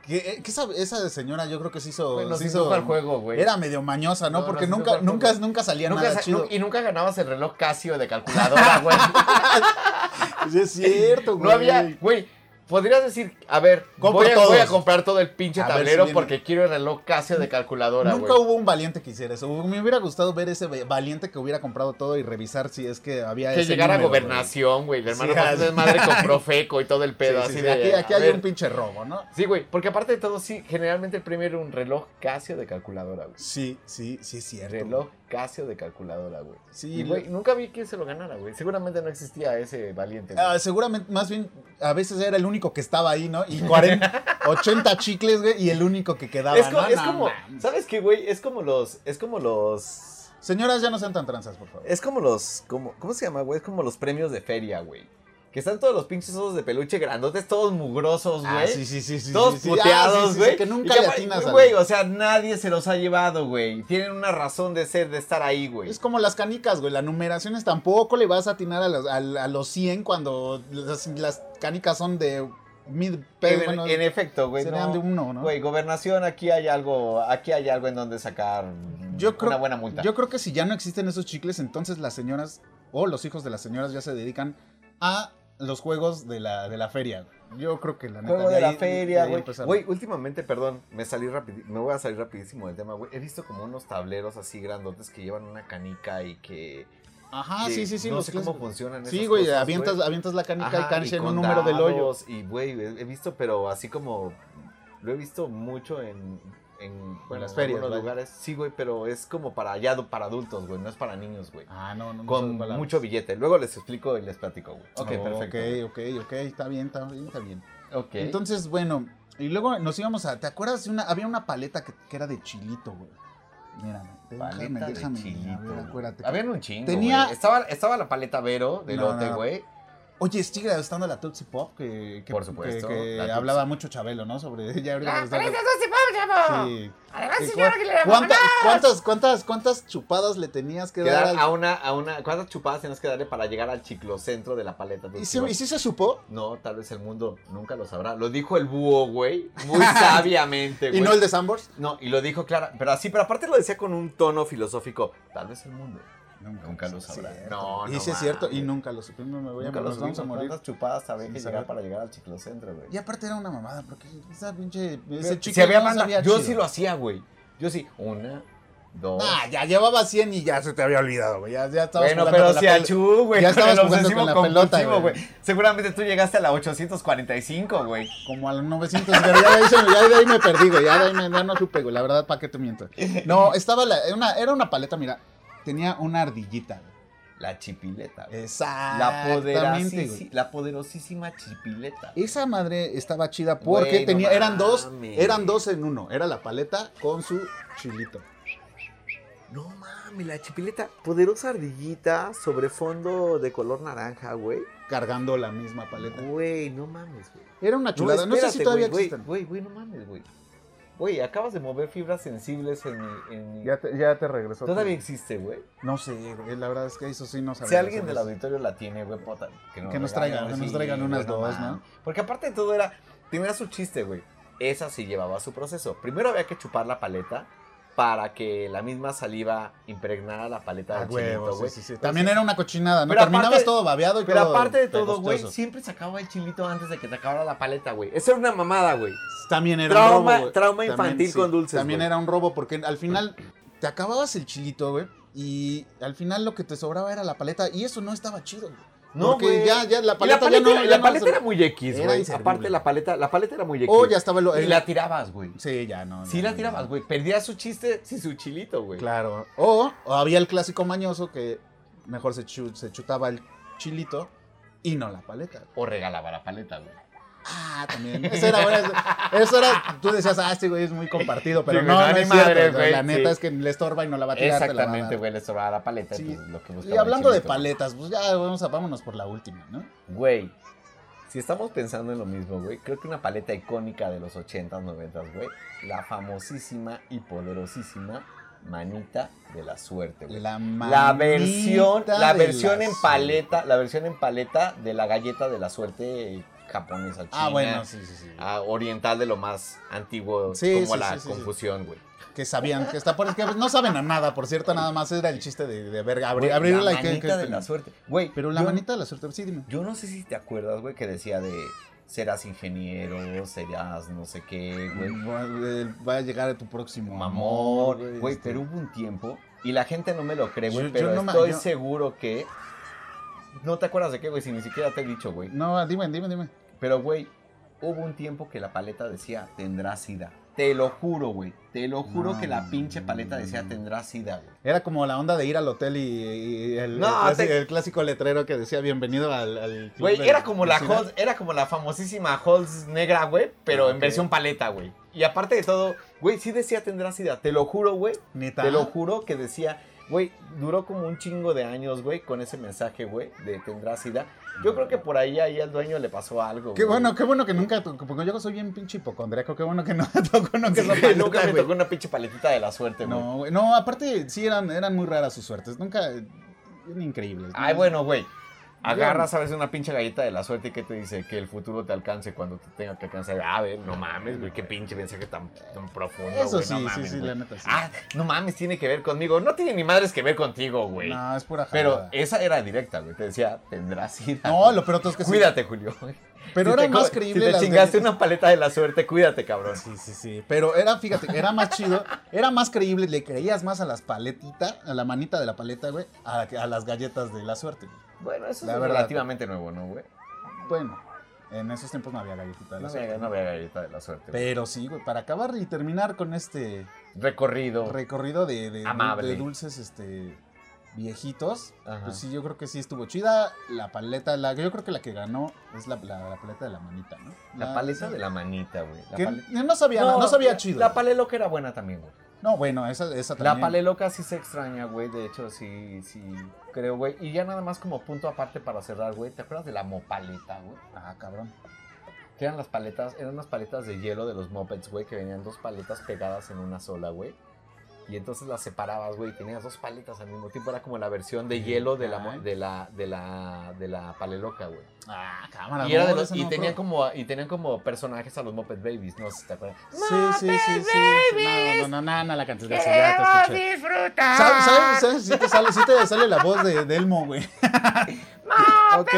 [SPEAKER 2] Que, eh, que esa, esa señora yo creo que se hizo...
[SPEAKER 3] Güey, nos
[SPEAKER 2] se
[SPEAKER 3] indujo
[SPEAKER 2] hizo
[SPEAKER 3] al juego, güey.
[SPEAKER 2] Era medio mañosa, ¿no?
[SPEAKER 3] No,
[SPEAKER 2] Porque
[SPEAKER 3] nos indujo
[SPEAKER 2] nunca,
[SPEAKER 3] al juego.
[SPEAKER 2] nunca, nunca salía
[SPEAKER 3] Nunca
[SPEAKER 2] nada
[SPEAKER 3] sa-
[SPEAKER 2] chido.
[SPEAKER 3] nu- y nunca ganabas el reloj Casio de calculadora, güey.
[SPEAKER 2] Sí, es cierto, güey.
[SPEAKER 3] no había, güey.
[SPEAKER 4] Podrías decir, a ver,
[SPEAKER 2] Compro
[SPEAKER 4] voy a,
[SPEAKER 2] todos.
[SPEAKER 4] voy a comprar todo el pinche
[SPEAKER 2] A ver si
[SPEAKER 4] tablero
[SPEAKER 2] viene.
[SPEAKER 4] porque quiero el reloj Casio de calculadora,
[SPEAKER 2] Nunca
[SPEAKER 4] güey.
[SPEAKER 2] hubo un valiente que hiciera eso. Me hubiera gustado ver ese valiente que hubiera comprado todo y revisar si es que había
[SPEAKER 4] Que
[SPEAKER 2] ese
[SPEAKER 4] llegara a
[SPEAKER 2] número, güey.
[SPEAKER 4] gobernación, güey. El hermano
[SPEAKER 2] Sí,
[SPEAKER 4] más
[SPEAKER 2] así.
[SPEAKER 4] desmadre compró feco y todo el
[SPEAKER 2] Sí,
[SPEAKER 4] pedo.
[SPEAKER 2] sí,
[SPEAKER 4] así
[SPEAKER 2] sí,
[SPEAKER 4] de,
[SPEAKER 2] aquí aquí
[SPEAKER 4] a
[SPEAKER 2] hay
[SPEAKER 4] ver.
[SPEAKER 2] un pinche robo, ¿no?
[SPEAKER 4] Sí, güey, porque aparte de todo, sí, generalmente el premio era un reloj Casio de calculadora, güey.
[SPEAKER 2] Sí, sí, sí es cierto.
[SPEAKER 4] Reloj Casio de calculadora, güey.
[SPEAKER 2] Sí,
[SPEAKER 4] Y, güey, nunca vi que se lo ganara, güey. Seguramente no existía ese valiente. güey.
[SPEAKER 2] Ah, seguramente, más bien, a veces era el único que estaba ahí, ¿no? Y 40, 80 chicles, güey, y el único que quedaba.
[SPEAKER 3] Es, co-
[SPEAKER 2] ¿no?
[SPEAKER 3] es
[SPEAKER 2] No,
[SPEAKER 3] como,
[SPEAKER 2] mames.
[SPEAKER 3] ¿sabes qué, güey? Es como los, es como los,
[SPEAKER 2] Señoras, ya no sean tan tranzas, por favor.
[SPEAKER 3] es como los, como, ¿cómo se llama, güey? Es como los premios de feria, güey. Que están todos los pinches osos de peluche grandotes, todos mugrosos, güey.
[SPEAKER 2] Ah, sí, sí, sí, sí.
[SPEAKER 3] todos
[SPEAKER 2] sí, sí. Ah, sí,
[SPEAKER 3] puteados,
[SPEAKER 2] sí,
[SPEAKER 3] güey.
[SPEAKER 2] sí, que nunca
[SPEAKER 3] Y
[SPEAKER 2] le
[SPEAKER 3] aparte,
[SPEAKER 2] atinas al-
[SPEAKER 3] Güey, o sea, nadie se los ha llevado, güey. Tienen una razón de ser, de estar ahí, güey.
[SPEAKER 2] Es como las canicas, güey. Las numeraciones tampoco le vas a atinar a los, al- a, los 100 cuando las, las canicas son de mil
[SPEAKER 3] en,
[SPEAKER 2] pesos. Bueno,
[SPEAKER 3] en efecto, güey.
[SPEAKER 2] serían
[SPEAKER 3] no.
[SPEAKER 2] de uno, ¿no?
[SPEAKER 3] Güey, gobernación, aquí hay algo, aquí hay algo en donde sacar
[SPEAKER 2] Yo creo-
[SPEAKER 3] una buena multa.
[SPEAKER 2] Yo creo que si ya no existen esos chicles, entonces las señoras o los hijos de las señoras ya se dedican a los juegos de la, de la feria. Yo creo que la neta.
[SPEAKER 3] Juego
[SPEAKER 2] ya
[SPEAKER 3] de la
[SPEAKER 2] ahí-
[SPEAKER 3] feria,
[SPEAKER 2] ahí
[SPEAKER 3] güey.
[SPEAKER 2] empezaron.
[SPEAKER 3] Güey, últimamente, perdón, me salí rapidi- me voy a salir rapidísimo del tema, güey. He visto como unos tableros así grandotes que llevan una canica y que...
[SPEAKER 2] Ajá,
[SPEAKER 3] que
[SPEAKER 2] Ah, sí, sí, sí.
[SPEAKER 3] No
[SPEAKER 2] los
[SPEAKER 3] sé
[SPEAKER 2] clásicos.
[SPEAKER 3] cómo funcionan
[SPEAKER 2] Sí,
[SPEAKER 3] esas
[SPEAKER 2] güey,
[SPEAKER 3] cosas,
[SPEAKER 2] avientas, avientas la canica
[SPEAKER 3] Ajá,
[SPEAKER 2] y cancha en
[SPEAKER 3] con
[SPEAKER 2] un número del hoyo.
[SPEAKER 3] dados, Y, güey, he he visto, pero así como. Lo he visto mucho en. En, bueno,
[SPEAKER 2] las
[SPEAKER 3] en
[SPEAKER 2] ferias,
[SPEAKER 3] algunos
[SPEAKER 2] vaya.
[SPEAKER 3] lugares. Sí, güey, pero es como para allá, du- para adultos, güey. No es para niños, güey.
[SPEAKER 2] Ah, no, no. no
[SPEAKER 3] Con
[SPEAKER 2] sabes palabras.
[SPEAKER 3] mucho billete. Luego les explico y les platico, güey. Ok,
[SPEAKER 2] Oh,
[SPEAKER 3] perfecto.
[SPEAKER 2] Ok, ok, ok, está bien, está bien, está bien.
[SPEAKER 3] Ok.
[SPEAKER 2] Entonces, bueno, y luego nos íbamos a. ¿Te acuerdas de una.? Había una paleta que, que era de chilito, güey. Mira, déjame,
[SPEAKER 3] Paleta de
[SPEAKER 2] déjame.
[SPEAKER 3] chilito,
[SPEAKER 2] a ver,
[SPEAKER 3] güey.
[SPEAKER 2] acuérdate.
[SPEAKER 3] Habían un chingo.
[SPEAKER 2] Tenía-
[SPEAKER 3] Tenía... Estaba, estaba la paleta Vero de
[SPEAKER 2] No,
[SPEAKER 3] lote,
[SPEAKER 2] no.
[SPEAKER 3] güey.
[SPEAKER 2] Oye, sigue estando la Tootsie Pop, que, que-
[SPEAKER 3] Por supuesto,
[SPEAKER 2] que- que
[SPEAKER 3] la Tootsie.
[SPEAKER 2] hablaba mucho Chabelo, ¿no? Sobre ella ahorita.
[SPEAKER 4] ¡Ah,
[SPEAKER 2] está-
[SPEAKER 4] ¡Con esa dulce pavo, chavo!
[SPEAKER 2] Sí.
[SPEAKER 4] Además,
[SPEAKER 2] Sí,
[SPEAKER 4] señora,
[SPEAKER 2] cua-
[SPEAKER 4] que le damos
[SPEAKER 2] ¿cuánta-
[SPEAKER 4] más.
[SPEAKER 2] ¿Cuántas, cuántas, cuántas chupadas le tenías que
[SPEAKER 3] Quedar
[SPEAKER 2] dar al-
[SPEAKER 3] a una, a una. ¿Cuántas chupadas tienes que darle para llegar al chiclocentro de la paleta?
[SPEAKER 2] ¿Y,
[SPEAKER 3] Dulce,
[SPEAKER 2] si,
[SPEAKER 3] güey?
[SPEAKER 2] y si se supo?
[SPEAKER 3] No, tal vez el mundo nunca lo sabrá. Lo dijo el búho, güey. Muy sabiamente,
[SPEAKER 2] ¿Y
[SPEAKER 3] güey.
[SPEAKER 2] no el de Sambors?
[SPEAKER 3] No, y lo dijo Clara, pero así, pero aparte lo decía con un tono filosófico. Tal vez el mundo. Nunca lo
[SPEAKER 2] sí,
[SPEAKER 3] sabrá.
[SPEAKER 2] cierto.
[SPEAKER 3] No,
[SPEAKER 2] Y
[SPEAKER 3] no
[SPEAKER 2] sí es cierto, y
[SPEAKER 3] mames.
[SPEAKER 2] nunca lo supimos, me voy a
[SPEAKER 3] Nunca
[SPEAKER 2] nos
[SPEAKER 3] los
[SPEAKER 2] vamos a morir.
[SPEAKER 3] ¿Cuántas chupadas había
[SPEAKER 2] Sin
[SPEAKER 3] que
[SPEAKER 2] saber.
[SPEAKER 3] llegar para llegar al chiclocentro, güey?
[SPEAKER 2] Y aparte era una mamada, porque esa pinche.
[SPEAKER 3] Pero
[SPEAKER 2] Ese chico
[SPEAKER 3] si había
[SPEAKER 2] no
[SPEAKER 3] banda,
[SPEAKER 2] sabía
[SPEAKER 3] yo
[SPEAKER 2] chido.
[SPEAKER 3] sí lo hacía, güey. Yo sí, una, dos.
[SPEAKER 2] Ah, ya llevaba 100 y ya se te había olvidado, güey. Ya, ya estabas
[SPEAKER 3] bueno,
[SPEAKER 2] jugando
[SPEAKER 3] pero
[SPEAKER 2] con la
[SPEAKER 3] si
[SPEAKER 2] pel-
[SPEAKER 3] a Chu, güey.
[SPEAKER 2] Ya
[SPEAKER 3] con
[SPEAKER 2] estabas
[SPEAKER 3] el
[SPEAKER 2] jugando
[SPEAKER 3] obsesivo
[SPEAKER 2] con la pelota,
[SPEAKER 3] compulsivo,
[SPEAKER 2] güey.
[SPEAKER 3] Seguramente tú llegaste a la 845, güey.
[SPEAKER 2] Como a los 900, pero ya de ahí, se- ya de ahí me perdí, güey. Ya de ahí me- ya no supe, güey. La verdad, ¿para qué te miento? No, estaba la, una, era una paleta, mira. Tenía una ardillita, güey.
[SPEAKER 3] La chipileta, güey. La,
[SPEAKER 2] Ah, Exactamente,
[SPEAKER 3] poderosísima,
[SPEAKER 2] güey.
[SPEAKER 3] la poderosísima chipileta.
[SPEAKER 2] Esa madre estaba chida porque
[SPEAKER 3] Güey, no
[SPEAKER 2] tenía, eran dos,
[SPEAKER 3] mames.
[SPEAKER 2] eran dos en uno. Era la paleta con su chilito.
[SPEAKER 3] No mames, la chipileta. Poderosa ardillita sobre fondo de color naranja, güey.
[SPEAKER 2] Cargando la misma paleta.
[SPEAKER 3] Güey, no mames, güey.
[SPEAKER 2] Era una chulada. No, sé si
[SPEAKER 3] espérate,
[SPEAKER 2] todavía
[SPEAKER 3] güey,
[SPEAKER 2] existen.
[SPEAKER 3] Güey, güey, no mames, güey. Güey, acabas de mover fibras sensibles en mi. en mi-
[SPEAKER 2] te, ya te regresó.
[SPEAKER 3] Todavía existe, güey.
[SPEAKER 2] No sé, güey, la verdad es que eso sí no sabemos.
[SPEAKER 3] Si alguien del auditorio la tiene, güey, puta.
[SPEAKER 2] Que nos
[SPEAKER 3] regalen,
[SPEAKER 2] traigan,
[SPEAKER 3] güey,
[SPEAKER 2] que nos
[SPEAKER 3] sí,
[SPEAKER 2] traigan
[SPEAKER 3] güey,
[SPEAKER 2] unas dos, ¿no?
[SPEAKER 3] mames. Porque aparte de todo era. Tenía su chiste, güey. Esa sí llevaba su proceso. Primero había que chupar la paleta para que la misma saliva impregnara la paleta
[SPEAKER 2] Ah,
[SPEAKER 3] del
[SPEAKER 2] huevo,
[SPEAKER 3] chilito,
[SPEAKER 2] sí,
[SPEAKER 3] güey.
[SPEAKER 2] sí, sí. También era una cochinada, ¿no?
[SPEAKER 3] Pero
[SPEAKER 2] Terminabas
[SPEAKER 3] aparte-
[SPEAKER 2] todo babeado y
[SPEAKER 3] Pero
[SPEAKER 2] todo
[SPEAKER 3] aparte de todo, güey,
[SPEAKER 2] pegostoso.
[SPEAKER 3] siempre se acaba el chilito antes de que te acabara la paleta, güey. Esa era una mamada, güey.
[SPEAKER 2] También era
[SPEAKER 3] Trauma-
[SPEAKER 2] un robo. güey.
[SPEAKER 3] trauma infantil con dulces,
[SPEAKER 2] También
[SPEAKER 3] güey.
[SPEAKER 2] era un robo porque al final te acababas el chilito, güey. Y al final lo que te sobraba era la paleta. Y eso no estaba chido, güey.
[SPEAKER 3] No,
[SPEAKER 2] porque
[SPEAKER 3] güey.
[SPEAKER 2] ya, ya la
[SPEAKER 3] Y la
[SPEAKER 2] paleta,
[SPEAKER 3] paleta,
[SPEAKER 2] ya no.
[SPEAKER 3] era-
[SPEAKER 2] ya
[SPEAKER 3] la
[SPEAKER 2] no
[SPEAKER 3] paleta
[SPEAKER 2] se-
[SPEAKER 3] era Oh, muy X,
[SPEAKER 2] Era
[SPEAKER 3] güey.
[SPEAKER 2] inservible.
[SPEAKER 3] Aparte la paleta, la paleta era muy X.
[SPEAKER 2] O ya estaba lo.
[SPEAKER 3] Y la tirabas, güey.
[SPEAKER 2] Sí, ya no.
[SPEAKER 3] Sí
[SPEAKER 2] ya
[SPEAKER 3] la
[SPEAKER 2] no.
[SPEAKER 3] tirabas, güey. Perdías su chiste sin su chilito, güey.
[SPEAKER 2] Claro. O, o había el clásico mañoso que mejor se, chu- se chutaba el chilito y no la paleta.
[SPEAKER 3] O regalaba la paleta, güey.
[SPEAKER 2] Ah, también. Eso era, bueno, eso, eso era, tú decías, ah, este güey es muy compartido, pero
[SPEAKER 4] Sí,
[SPEAKER 2] no,
[SPEAKER 4] güey,
[SPEAKER 2] no
[SPEAKER 4] no,
[SPEAKER 2] es
[SPEAKER 4] ni madre,
[SPEAKER 2] cierto. o sea,
[SPEAKER 4] güey,
[SPEAKER 2] la neta
[SPEAKER 4] sí.
[SPEAKER 2] es que le estorba y no la va a tirar, te la va a dar.
[SPEAKER 3] Exactamente, güey. Le sobraba la paleta.
[SPEAKER 2] Sí.
[SPEAKER 3] pues, lo que buscaba
[SPEAKER 2] Y
[SPEAKER 3] el
[SPEAKER 2] hablando de
[SPEAKER 3] chilito, güey.
[SPEAKER 2] paletas, pues ya vamos a, vámonos por la última, ¿no?
[SPEAKER 3] Güey, si estamos pensando en lo mismo, güey, creo que una paleta icónica de los 80s, 90s, güey, la famosísima y poderosísima manita de la suerte, güey.
[SPEAKER 2] La,
[SPEAKER 3] La versión,
[SPEAKER 2] manita
[SPEAKER 3] la
[SPEAKER 2] de
[SPEAKER 3] versión
[SPEAKER 2] la
[SPEAKER 3] en
[SPEAKER 2] suerte.
[SPEAKER 3] paleta, la versión en paleta de la galleta de la suerte japonesa, china,
[SPEAKER 2] Ah, bueno, sí, sí, sí.
[SPEAKER 3] ah, oriental de lo más antiguo,
[SPEAKER 2] Sí,
[SPEAKER 3] como
[SPEAKER 2] sí,
[SPEAKER 3] la
[SPEAKER 2] sí, sí, sí.
[SPEAKER 3] confusión, güey.
[SPEAKER 2] Que sabían que está por es que no saben a nada, por cierto, nada más era el chiste de, de verga, abrir,
[SPEAKER 3] Güey,
[SPEAKER 2] abrirla
[SPEAKER 3] la
[SPEAKER 2] y que-
[SPEAKER 3] manita
[SPEAKER 2] que-
[SPEAKER 3] de la suerte, güey.
[SPEAKER 2] Pero la
[SPEAKER 3] yo-
[SPEAKER 2] manita de la suerte, sí, dime.
[SPEAKER 3] Yo no sé si te acuerdas, güey, que decía de serás ingeniero, serás no sé qué, güey. eh,
[SPEAKER 2] Va, va a llegar a tu próximo amor,
[SPEAKER 3] Mamón, güey,
[SPEAKER 2] Mm, este.
[SPEAKER 3] pero hubo un tiempo y la gente no me lo cree, güey,
[SPEAKER 2] Yo-
[SPEAKER 3] pero
[SPEAKER 2] yo no me-
[SPEAKER 3] estoy
[SPEAKER 2] yo-
[SPEAKER 3] seguro que no te acuerdas de qué, güey, si ni siquiera te he dicho, güey.
[SPEAKER 2] No, dime, dime, dime.
[SPEAKER 3] Pero, güey, hubo un tiempo que la paleta decía, tendrás sida. Te lo juro, güey. Te lo juro
[SPEAKER 2] No,
[SPEAKER 3] que la pinche paleta
[SPEAKER 2] no.
[SPEAKER 3] decía, tendrás sida, güey.
[SPEAKER 2] Era como la onda de ir al hotel y, y el,
[SPEAKER 3] No,
[SPEAKER 2] el clasi-
[SPEAKER 3] te-
[SPEAKER 2] el clásico letrero que decía bienvenido al... al club
[SPEAKER 3] Güey,
[SPEAKER 2] de-
[SPEAKER 3] era como
[SPEAKER 2] de
[SPEAKER 3] la
[SPEAKER 2] Sida".
[SPEAKER 3] Halls- era como la famosísima Halls negra, güey, pero en
[SPEAKER 2] Ah, Ok.
[SPEAKER 3] versión paleta, güey. Y aparte de todo, güey, sí decía tendrás sida, te lo juro, güey.
[SPEAKER 2] Neta.
[SPEAKER 3] Te lo juro que decía, güey, duró como un chingo de años, güey, con ese mensaje, güey, de tendrás sida. Yo creo que por ahí ahí al dueño le pasó algo.
[SPEAKER 2] Qué
[SPEAKER 3] güey.
[SPEAKER 2] bueno, qué bueno que nunca, tu- porque yo soy bien pinche hipocondriaco, qué bueno que no me tocó nunca
[SPEAKER 3] Sí,
[SPEAKER 2] esa
[SPEAKER 3] güey,
[SPEAKER 2] paleta,
[SPEAKER 3] nunca me
[SPEAKER 2] güey.
[SPEAKER 3] tocó una pinche paletita de la suerte, güey.
[SPEAKER 2] No, güey, no, aparte sí eran, eran muy raras sus suertes, nunca, eran increíbles.
[SPEAKER 3] Ay,
[SPEAKER 2] ¿no?
[SPEAKER 3] bueno, güey. Agarras a veces una pinche galleta de la suerte y que te dice que el futuro te alcance cuando te tenga que alcanzar. A ver, no mames, güey, qué pinche mensaje tan, tan profundo.
[SPEAKER 2] Eso
[SPEAKER 3] güey,
[SPEAKER 2] sí,
[SPEAKER 3] no
[SPEAKER 2] sí,
[SPEAKER 3] mames,
[SPEAKER 2] sí,
[SPEAKER 3] güey.
[SPEAKER 2] la neta sí.
[SPEAKER 3] Ah, no mames, tiene que ver conmigo. No tiene ni madres que ver contigo, güey.
[SPEAKER 2] no, es pura
[SPEAKER 3] Pero eh,
[SPEAKER 2] jalada.
[SPEAKER 3] esa era directa, güey. Te decía, tendrás sida.
[SPEAKER 2] No, lo peor de todo es que sí.
[SPEAKER 3] Cuídate, Julio. güey.
[SPEAKER 2] Pero
[SPEAKER 3] Si te
[SPEAKER 2] era más
[SPEAKER 3] co-
[SPEAKER 2] creíble
[SPEAKER 3] Si te
[SPEAKER 2] las de-
[SPEAKER 3] chingaste una paleta de la suerte, cuídate, cabrón.
[SPEAKER 2] Sí, sí, sí. Pero era, fíjate, era más chido, era más creíble, le creías más a las paletitas, a la manita de la paleta, güey, a, a las galletas de la suerte.
[SPEAKER 3] Bueno, eso
[SPEAKER 2] La
[SPEAKER 3] es
[SPEAKER 2] verdad.
[SPEAKER 3] relativamente nuevo, ¿no, güey?
[SPEAKER 2] Bueno, en esos tiempos no había galletita de la
[SPEAKER 3] No
[SPEAKER 2] suerte.
[SPEAKER 3] había, no había galleta de la suerte. güey.
[SPEAKER 2] Pero sí, güey, para acabar y terminar con este
[SPEAKER 3] Recorrido.
[SPEAKER 2] recorrido de, de-
[SPEAKER 3] Amable.
[SPEAKER 2] de dulces este viejitos,
[SPEAKER 3] Ajá.
[SPEAKER 2] pues sí, yo creo que sí estuvo chida. La paleta, la, yo creo que la que ganó es la, la- la paleta de la manita, ¿no?
[SPEAKER 3] La paleta de la manita, güey. La
[SPEAKER 2] que
[SPEAKER 3] paleta.
[SPEAKER 2] no sabía, no, no sabía chido.
[SPEAKER 3] La paleloca era buena también, güey.
[SPEAKER 2] no, bueno, esa, esa
[SPEAKER 3] La
[SPEAKER 2] también.
[SPEAKER 3] paleloca sí se extraña, güey. De hecho, sí, sí, creo, güey. Y ya nada más como punto aparte para cerrar, güey. ¿Te acuerdas de la mopaleta, güey?
[SPEAKER 2] Ah, cabrón.
[SPEAKER 3] Que eran las paletas, eran unas paletas de hielo de los mopeds, güey, que venían dos paletas pegadas en una sola, güey. Y entonces las separabas, güey, y tenías dos paletas al mismo tiempo. Era como la versión de hielo de la, mo- de la, de la, de la paleloca, güey.
[SPEAKER 2] Ah, cámara.
[SPEAKER 3] Y, era
[SPEAKER 2] no,
[SPEAKER 3] de los-
[SPEAKER 2] esa no
[SPEAKER 3] y
[SPEAKER 2] me
[SPEAKER 3] tenían
[SPEAKER 2] acuerdo.
[SPEAKER 3] como, y tenían como personajes a los moped babies, no sé si te acuerdas.
[SPEAKER 2] Sí, sí, sí, sí. No, no, no, no, no la cantes de ya te escuché. ¿Sabes? ¿Sabes? ¿Sabes? Sí te sale, sí te sale la voz de, de Elmo, güey. Ok.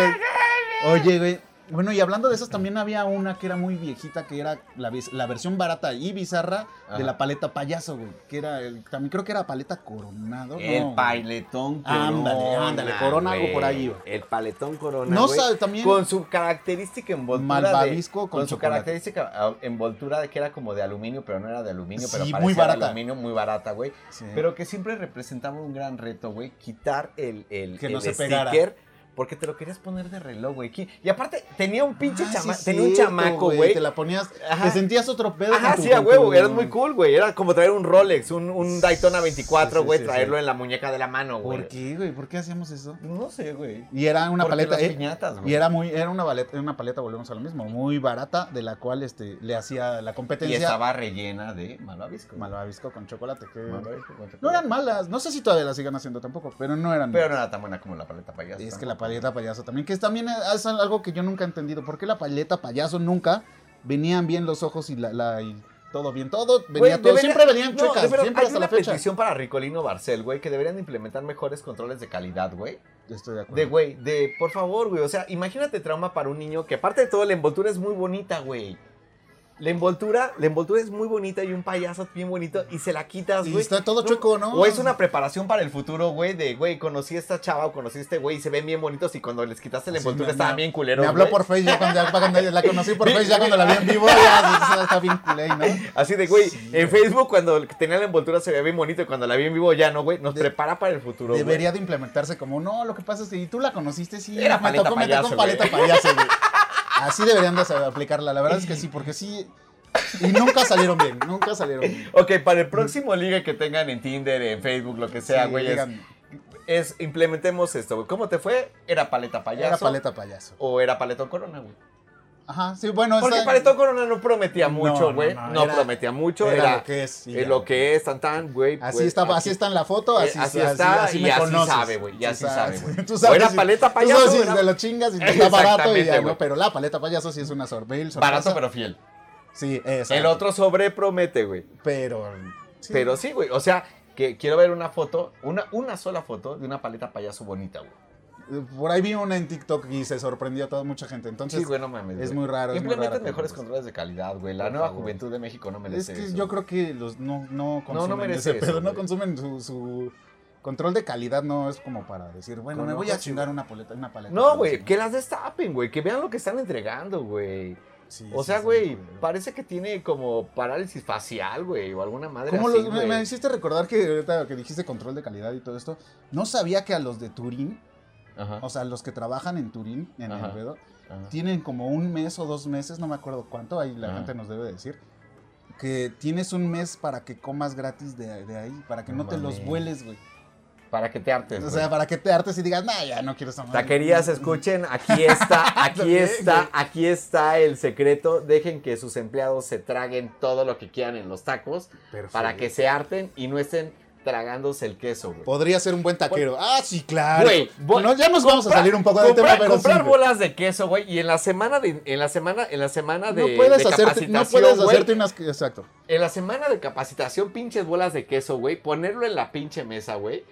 [SPEAKER 2] Oye, güey. Bueno, y hablando de esas, también había una que era muy viejita, que era la, vis- la versión barata y bizarra
[SPEAKER 3] Ajá.
[SPEAKER 2] de la paleta payaso, güey. Que era, el- también creo que era paleta coronado. no,
[SPEAKER 3] El
[SPEAKER 2] güey.
[SPEAKER 3] paletón corona.
[SPEAKER 2] Ándale, ándale, corona, algo
[SPEAKER 3] güey.
[SPEAKER 2] por ahí, güey.
[SPEAKER 3] El paletón corona.
[SPEAKER 2] No
[SPEAKER 3] güey,
[SPEAKER 2] sabe, también-
[SPEAKER 3] Con su característica envoltura.
[SPEAKER 2] Malvavisco
[SPEAKER 3] de-
[SPEAKER 2] con
[SPEAKER 3] su
[SPEAKER 2] chocolate.
[SPEAKER 3] característica ah, envoltura de que era como de aluminio, pero no era de aluminio, pero
[SPEAKER 2] Sí,
[SPEAKER 3] parecía
[SPEAKER 2] muy
[SPEAKER 3] de
[SPEAKER 2] barata.
[SPEAKER 3] aluminio, muy barata, güey.
[SPEAKER 2] Sí.
[SPEAKER 3] Pero que siempre representaba un gran reto, güey. Quitar el, el,
[SPEAKER 2] Que no
[SPEAKER 3] el
[SPEAKER 2] se
[SPEAKER 3] sticker.
[SPEAKER 2] pegara.
[SPEAKER 3] Porque te lo querías poner de reloj, güey. Qui- Y aparte, tenía un pinche
[SPEAKER 2] Ah, sí,
[SPEAKER 3] chama-
[SPEAKER 2] es
[SPEAKER 3] tenía un
[SPEAKER 2] cierto,
[SPEAKER 3] chamaco, güey.
[SPEAKER 2] Te la ponías,
[SPEAKER 3] Ajá.
[SPEAKER 2] te sentías otro pedo.
[SPEAKER 3] Ajá,
[SPEAKER 2] con tu-
[SPEAKER 3] sí, a
[SPEAKER 2] con
[SPEAKER 3] huevo,
[SPEAKER 2] tu-
[SPEAKER 3] güey, eras muy cool, güey. Era como traer un Rolex, un, un Daytona 24,
[SPEAKER 2] Sí, sí,
[SPEAKER 3] güey,
[SPEAKER 2] sí,
[SPEAKER 3] traerlo
[SPEAKER 2] sí.
[SPEAKER 3] en la muñeca de la mano, güey.
[SPEAKER 2] ¿Por qué, güey? ¿Por qué hacíamos eso?
[SPEAKER 3] No sé, güey.
[SPEAKER 2] Y era una
[SPEAKER 3] Porque
[SPEAKER 2] paleta.
[SPEAKER 3] las
[SPEAKER 2] eh,
[SPEAKER 3] piñatas, güey.
[SPEAKER 2] y era muy, era una paleta, una paleta, volvemos a lo mismo, muy barata, de la cual este, le hacía la
[SPEAKER 3] Y
[SPEAKER 2] competencia
[SPEAKER 3] estaba rellena de malvavisco.
[SPEAKER 2] Malvavisco con chocolate. que-
[SPEAKER 3] Malvavisco con chocolate.
[SPEAKER 2] No eran malas, no sé si todavía la sigan haciendo tampoco, pero no eran
[SPEAKER 3] Pero no era tan buena como la paleta payaso.
[SPEAKER 2] Y es que
[SPEAKER 3] tampoco.
[SPEAKER 2] la paleta payaso también, que es- también eh, es algo que yo nunca he entendido. ¿Por qué la paleta payaso nunca venían bien los ojos y, la, la- y todo bien? Todo venía
[SPEAKER 3] Güey,
[SPEAKER 2] todo.
[SPEAKER 3] debería-
[SPEAKER 2] Siempre venían
[SPEAKER 3] no,
[SPEAKER 2] chuecas,
[SPEAKER 3] de verdad,
[SPEAKER 2] siempre
[SPEAKER 3] hay
[SPEAKER 2] hasta
[SPEAKER 3] una
[SPEAKER 2] la fecha.
[SPEAKER 3] petición para Ricolino Barcel, güey, que deberían de implementar mejores controles de calidad, güey.
[SPEAKER 2] Estoy de acuerdo.
[SPEAKER 3] De, güey, de, por favor, güey. O sea, imagínate trauma para un niño que, aparte de todo, la envoltura es muy bonita, güey. La envoltura, la envoltura es muy bonita y un payaso bien bonito y se la quitas,
[SPEAKER 2] y
[SPEAKER 3] güey.
[SPEAKER 2] está todo chueco, ¿no?
[SPEAKER 3] O es una preparación para el futuro, güey, de, güey, conocí a esta chava o conocí a este güey y se ven bien bonitos y cuando les quitaste
[SPEAKER 2] Sí,
[SPEAKER 3] la envoltura
[SPEAKER 2] me-
[SPEAKER 3] estaban
[SPEAKER 2] me-
[SPEAKER 3] bien culeros,
[SPEAKER 2] Me habló
[SPEAKER 3] güey.
[SPEAKER 2] por Facebook, cuando, ya- cuando la conocí por
[SPEAKER 3] Vi-
[SPEAKER 2] Facebook, ya cuando la vi en vivo, ya está bien culé, ¿no?
[SPEAKER 3] Así de, güey,
[SPEAKER 2] Sí, güey.
[SPEAKER 3] en Facebook cuando tenía la envoltura se veía bien bonito y cuando la vi en vivo ya no, güey. Nos
[SPEAKER 2] De-
[SPEAKER 3] prepara para el futuro, güey.
[SPEAKER 2] Debería de implementarse como, no, lo que pasa es que tú la conociste, sí,
[SPEAKER 3] Era
[SPEAKER 2] me
[SPEAKER 3] paleta
[SPEAKER 2] tocó, me
[SPEAKER 3] payaso,
[SPEAKER 2] tocó
[SPEAKER 3] güey.
[SPEAKER 2] paleta payaso, güey. Así deberían de aplicarla, la verdad es que sí, porque sí. Y nunca salieron bien, nunca salieron bien.
[SPEAKER 3] Ok, para el próximo ligue que tengan en Tinder, en Facebook, lo que sea,
[SPEAKER 2] Mm. Sí,
[SPEAKER 3] güey, es-
[SPEAKER 2] digan,
[SPEAKER 3] es, implementemos esto, güey. ¿Cómo te fue? ¿Era paleta payaso?
[SPEAKER 2] Era paleta payaso.
[SPEAKER 3] ¿O era paletón corona, güey?
[SPEAKER 2] Ajá, sí, bueno,
[SPEAKER 3] Porque
[SPEAKER 2] esa-
[SPEAKER 3] paletón corona no prometía
[SPEAKER 2] No,
[SPEAKER 3] mucho,
[SPEAKER 2] no,
[SPEAKER 3] güey. No,
[SPEAKER 2] no, era-
[SPEAKER 3] prometía mucho,
[SPEAKER 2] era
[SPEAKER 3] era,
[SPEAKER 2] lo que es, y
[SPEAKER 3] eh,
[SPEAKER 2] ya.
[SPEAKER 3] lo que es, tan tan, güey.
[SPEAKER 2] Así,
[SPEAKER 3] pues,
[SPEAKER 2] está, así
[SPEAKER 3] aquí-
[SPEAKER 2] está en la foto, así,
[SPEAKER 3] Eh, así está y así sabe, güey, y
[SPEAKER 2] Tú
[SPEAKER 3] así
[SPEAKER 2] sabes-
[SPEAKER 3] sabe, güey.
[SPEAKER 2] Tú sabes.
[SPEAKER 3] Era
[SPEAKER 2] si-
[SPEAKER 3] paleta
[SPEAKER 2] tú
[SPEAKER 3] payaso,
[SPEAKER 2] sabes si
[SPEAKER 3] era-
[SPEAKER 2] te lo chingas y te está barato y
[SPEAKER 3] Exactamente,
[SPEAKER 2] ya,
[SPEAKER 3] güey.
[SPEAKER 2] ¿no? Pero la paleta payaso sí es una sorbil.
[SPEAKER 3] Barato pero fiel.
[SPEAKER 2] Sí, exacto.
[SPEAKER 3] El otro sobre promete, güey.
[SPEAKER 2] Pero. sí.
[SPEAKER 3] Pero sí, güey. O sea, que quiero ver una foto, una, una sola foto de una paleta payaso bonita, güey.
[SPEAKER 2] Eh, Por ahí vi una en TikTok y se sorprendió a toda mucha gente. Entonces,
[SPEAKER 3] Sí, güey, no mames.
[SPEAKER 2] es
[SPEAKER 3] güey.
[SPEAKER 2] muy raro. es muy
[SPEAKER 3] Implementen
[SPEAKER 2] raro que-
[SPEAKER 3] mejores controles de calidad, güey. La
[SPEAKER 2] Por
[SPEAKER 3] nueva
[SPEAKER 2] favor.
[SPEAKER 3] juventud de México no
[SPEAKER 2] Es
[SPEAKER 3] merece
[SPEAKER 2] que
[SPEAKER 3] eso.
[SPEAKER 2] yo creo que los no, no consumen
[SPEAKER 3] no merece
[SPEAKER 2] ese
[SPEAKER 3] eso,
[SPEAKER 2] pedo, no
[SPEAKER 3] güey.
[SPEAKER 2] consumen su, su control de calidad, no es como para decir, bueno,
[SPEAKER 3] Con
[SPEAKER 2] me voy a
[SPEAKER 3] ojos,
[SPEAKER 2] chingar una paleta, una paleta.
[SPEAKER 3] No, güey, que las destapen, güey. Que vean lo que están entregando, güey.
[SPEAKER 2] Sí,
[SPEAKER 3] O
[SPEAKER 2] sí,
[SPEAKER 3] sea,
[SPEAKER 2] sí,
[SPEAKER 3] güey, parece que tiene como parálisis facial, güey, o alguna madre
[SPEAKER 2] ¿Cómo
[SPEAKER 3] así,
[SPEAKER 2] los- me,
[SPEAKER 3] güey.
[SPEAKER 2] me hiciste recordar que ahorita que dijiste control de calidad y todo esto, no sabía que a los de Turín,
[SPEAKER 3] Ajá,
[SPEAKER 2] o sea, los que trabajan en Turín, en
[SPEAKER 3] Ajá.
[SPEAKER 2] Elvedo,
[SPEAKER 3] ajá.
[SPEAKER 2] tienen como un mes o dos meses, no me acuerdo cuánto, ahí la
[SPEAKER 3] Ajá.
[SPEAKER 2] gente nos debe decir, que tienes un mes para que comas gratis de, de ahí, para que no,
[SPEAKER 3] No
[SPEAKER 2] te los
[SPEAKER 3] mames.
[SPEAKER 2] vueles, güey.
[SPEAKER 3] Para que te hartes,
[SPEAKER 2] O
[SPEAKER 3] güey.
[SPEAKER 2] sea, para que te hartes y digas, nah, ya no quiero esa madre".
[SPEAKER 3] Taquerías, escuchen, aquí está, aquí
[SPEAKER 2] También,
[SPEAKER 3] está,
[SPEAKER 2] güey.
[SPEAKER 3] aquí está el secreto. Dejen que sus empleados se traguen todo lo que quieran en los tacos
[SPEAKER 2] Perfecto.
[SPEAKER 3] para que se harten y no estén tragándose el queso, güey.
[SPEAKER 2] Podría ser un buen taquero. Ah, sí, claro.
[SPEAKER 3] Güey, voy-
[SPEAKER 2] No, ya nos vamos a salir un poco del tema,
[SPEAKER 3] Comprar,
[SPEAKER 2] pero
[SPEAKER 3] comprar
[SPEAKER 2] sí, güey.
[SPEAKER 3] bolas de queso, güey, y en la semana de en la semana en la semana de,
[SPEAKER 2] no puedes,
[SPEAKER 3] de
[SPEAKER 2] hacerte, no
[SPEAKER 3] capacitación,
[SPEAKER 2] puedes
[SPEAKER 3] güey,
[SPEAKER 2] hacerte unas... Exacto.
[SPEAKER 3] En la semana de capacitación, pinches bolas de queso, güey. Ponerlo en la pinche mesa, güey.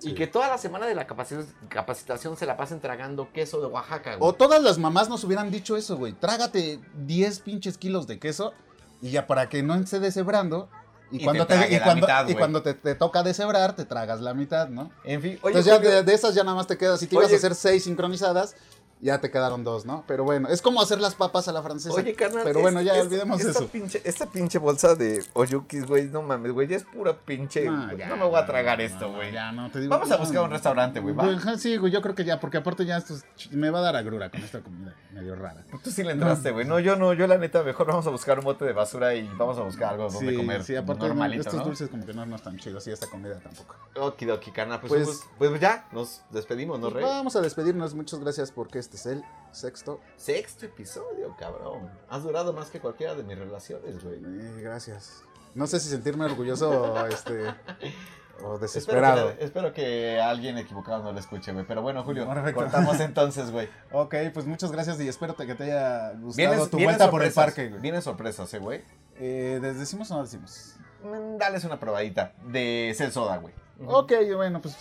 [SPEAKER 2] Sí.
[SPEAKER 3] Y que toda la semana de la capaci- capacitación se la pasen tragando queso de Oaxaca, güey.
[SPEAKER 2] O todas las mamás nos hubieran dicho eso, güey. Trágate 10 pinches kilos de queso y ya para que no esté deshebrando.
[SPEAKER 3] Y
[SPEAKER 2] Y,
[SPEAKER 3] te
[SPEAKER 2] cuando, te,
[SPEAKER 3] trague
[SPEAKER 2] y
[SPEAKER 3] la
[SPEAKER 2] cuando,
[SPEAKER 3] mitad,
[SPEAKER 2] y
[SPEAKER 3] güey.
[SPEAKER 2] cuando te, te toca deshebrar, te tragas la mitad, ¿no?
[SPEAKER 3] En fin, oye,
[SPEAKER 2] Entonces ya
[SPEAKER 3] Julio,
[SPEAKER 2] de, de esas ya nada más te quedas. Si te ibas a
[SPEAKER 3] Oye.
[SPEAKER 2] hacer 6 sincronizadas, ya te quedaron dos, ¿no? Pero bueno, es como hacer las papas a la francesa.
[SPEAKER 3] oye, carnal.
[SPEAKER 2] Pero
[SPEAKER 3] es-
[SPEAKER 2] bueno, ya
[SPEAKER 3] es-
[SPEAKER 2] olvidemos
[SPEAKER 3] esta
[SPEAKER 2] eso.
[SPEAKER 3] Pinche, esta pinche bolsa de Oyukis, güey, no mames, güey. Ya es pura pinche.
[SPEAKER 2] No,
[SPEAKER 3] güey,
[SPEAKER 2] ya,
[SPEAKER 3] no me voy a
[SPEAKER 2] no,
[SPEAKER 3] tragar
[SPEAKER 2] no,
[SPEAKER 3] esto,
[SPEAKER 2] no,
[SPEAKER 3] güey.
[SPEAKER 2] ya, no, te digo,
[SPEAKER 3] Vamos a
[SPEAKER 2] no,
[SPEAKER 3] buscar un
[SPEAKER 2] no.
[SPEAKER 3] restaurante, güey, va.
[SPEAKER 2] Güey, ajá, Sí, güey, yo creo que ya, porque aparte ya esto es ch- me va a dar agrura con esta comida medio rara.
[SPEAKER 3] Tú sí le entraste, güey. No, yo no, yo la neta, mejor vamos a buscar un bote de basura y vamos a buscar algo donde
[SPEAKER 2] sí,
[SPEAKER 3] comer.
[SPEAKER 2] sí, aparte
[SPEAKER 3] normalito,
[SPEAKER 2] estos
[SPEAKER 3] ¿no?
[SPEAKER 2] dulces como que no, no están chidos y esta comida tampoco.
[SPEAKER 3] Okidoki, carnal. Pues,
[SPEAKER 2] Pues-
[SPEAKER 3] un gusto. pues, ya, nos despedimos, ¿no, Rey?
[SPEAKER 2] Vamos a despedirnos, muchas gracias porque este es el sexto.
[SPEAKER 3] Sexto episodio, cabrón. Has durado más que cualquiera de mis relaciones, güey.
[SPEAKER 2] Eh, gracias. No sé si sentirme orgulloso o, este, o
[SPEAKER 3] Espero
[SPEAKER 2] desesperado.
[SPEAKER 3] que, espero que alguien equivocado no lo escuche, güey. Pero bueno, Julio,
[SPEAKER 2] Perfecto.
[SPEAKER 3] cortamos entonces, güey.
[SPEAKER 2] Ok, pues muchas gracias y espero que te haya gustado
[SPEAKER 3] Vienes-
[SPEAKER 2] tu
[SPEAKER 3] vienes
[SPEAKER 2] vuelta por el
[SPEAKER 3] sorpresas,
[SPEAKER 2] parque. güey.
[SPEAKER 3] Vienen sorpresas, eh, güey.
[SPEAKER 2] Eh, ¿des- ¿Decimos o no decimos?
[SPEAKER 3] Mm, Dales una probadita de Cel Soda, güey.
[SPEAKER 2] Ok, bueno, pues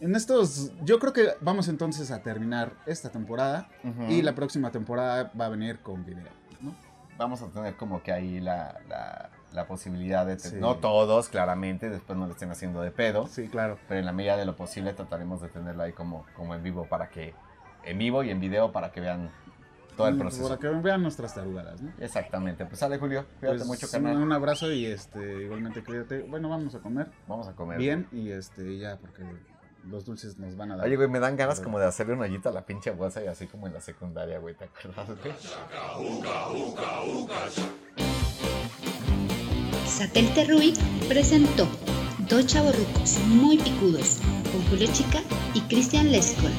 [SPEAKER 2] en estos, yo creo que vamos entonces a terminar esta temporada
[SPEAKER 3] Ujú.
[SPEAKER 2] y la próxima temporada va a venir con video, ¿no?
[SPEAKER 3] Vamos a tener como que ahí la, la- la posibilidad de... te-
[SPEAKER 2] Sí.
[SPEAKER 3] No todos, claramente, después no le estén haciendo de pedo.
[SPEAKER 2] Sí, claro.
[SPEAKER 3] Pero en la medida de lo posible trataremos de tenerlo ahí como, como en vivo para que... En vivo y en video para que vean todo el
[SPEAKER 2] Y
[SPEAKER 3] proceso.
[SPEAKER 2] Mm, Para que vean nuestras tarugadas, ¿no?
[SPEAKER 3] Exactamente. Pues sale, Julio. Cuídate
[SPEAKER 2] Pues,
[SPEAKER 3] mucho,
[SPEAKER 2] un-
[SPEAKER 3] carnal.
[SPEAKER 2] Un abrazo y este, igualmente cuídate. Bueno, vamos a comer
[SPEAKER 3] Vamos a comer.
[SPEAKER 2] bien y este, ya, porque los dulces nos van a dar.
[SPEAKER 3] Oye, güey, me dan ganas como de hacerle un hoyito a la pinche bolsa y así como en la secundaria, güey. ¿Te acuerdas, güey?
[SPEAKER 1] Satélite Rui presentó dos chavorrucos muy picudos con Julio Chica y Cristian Lescol.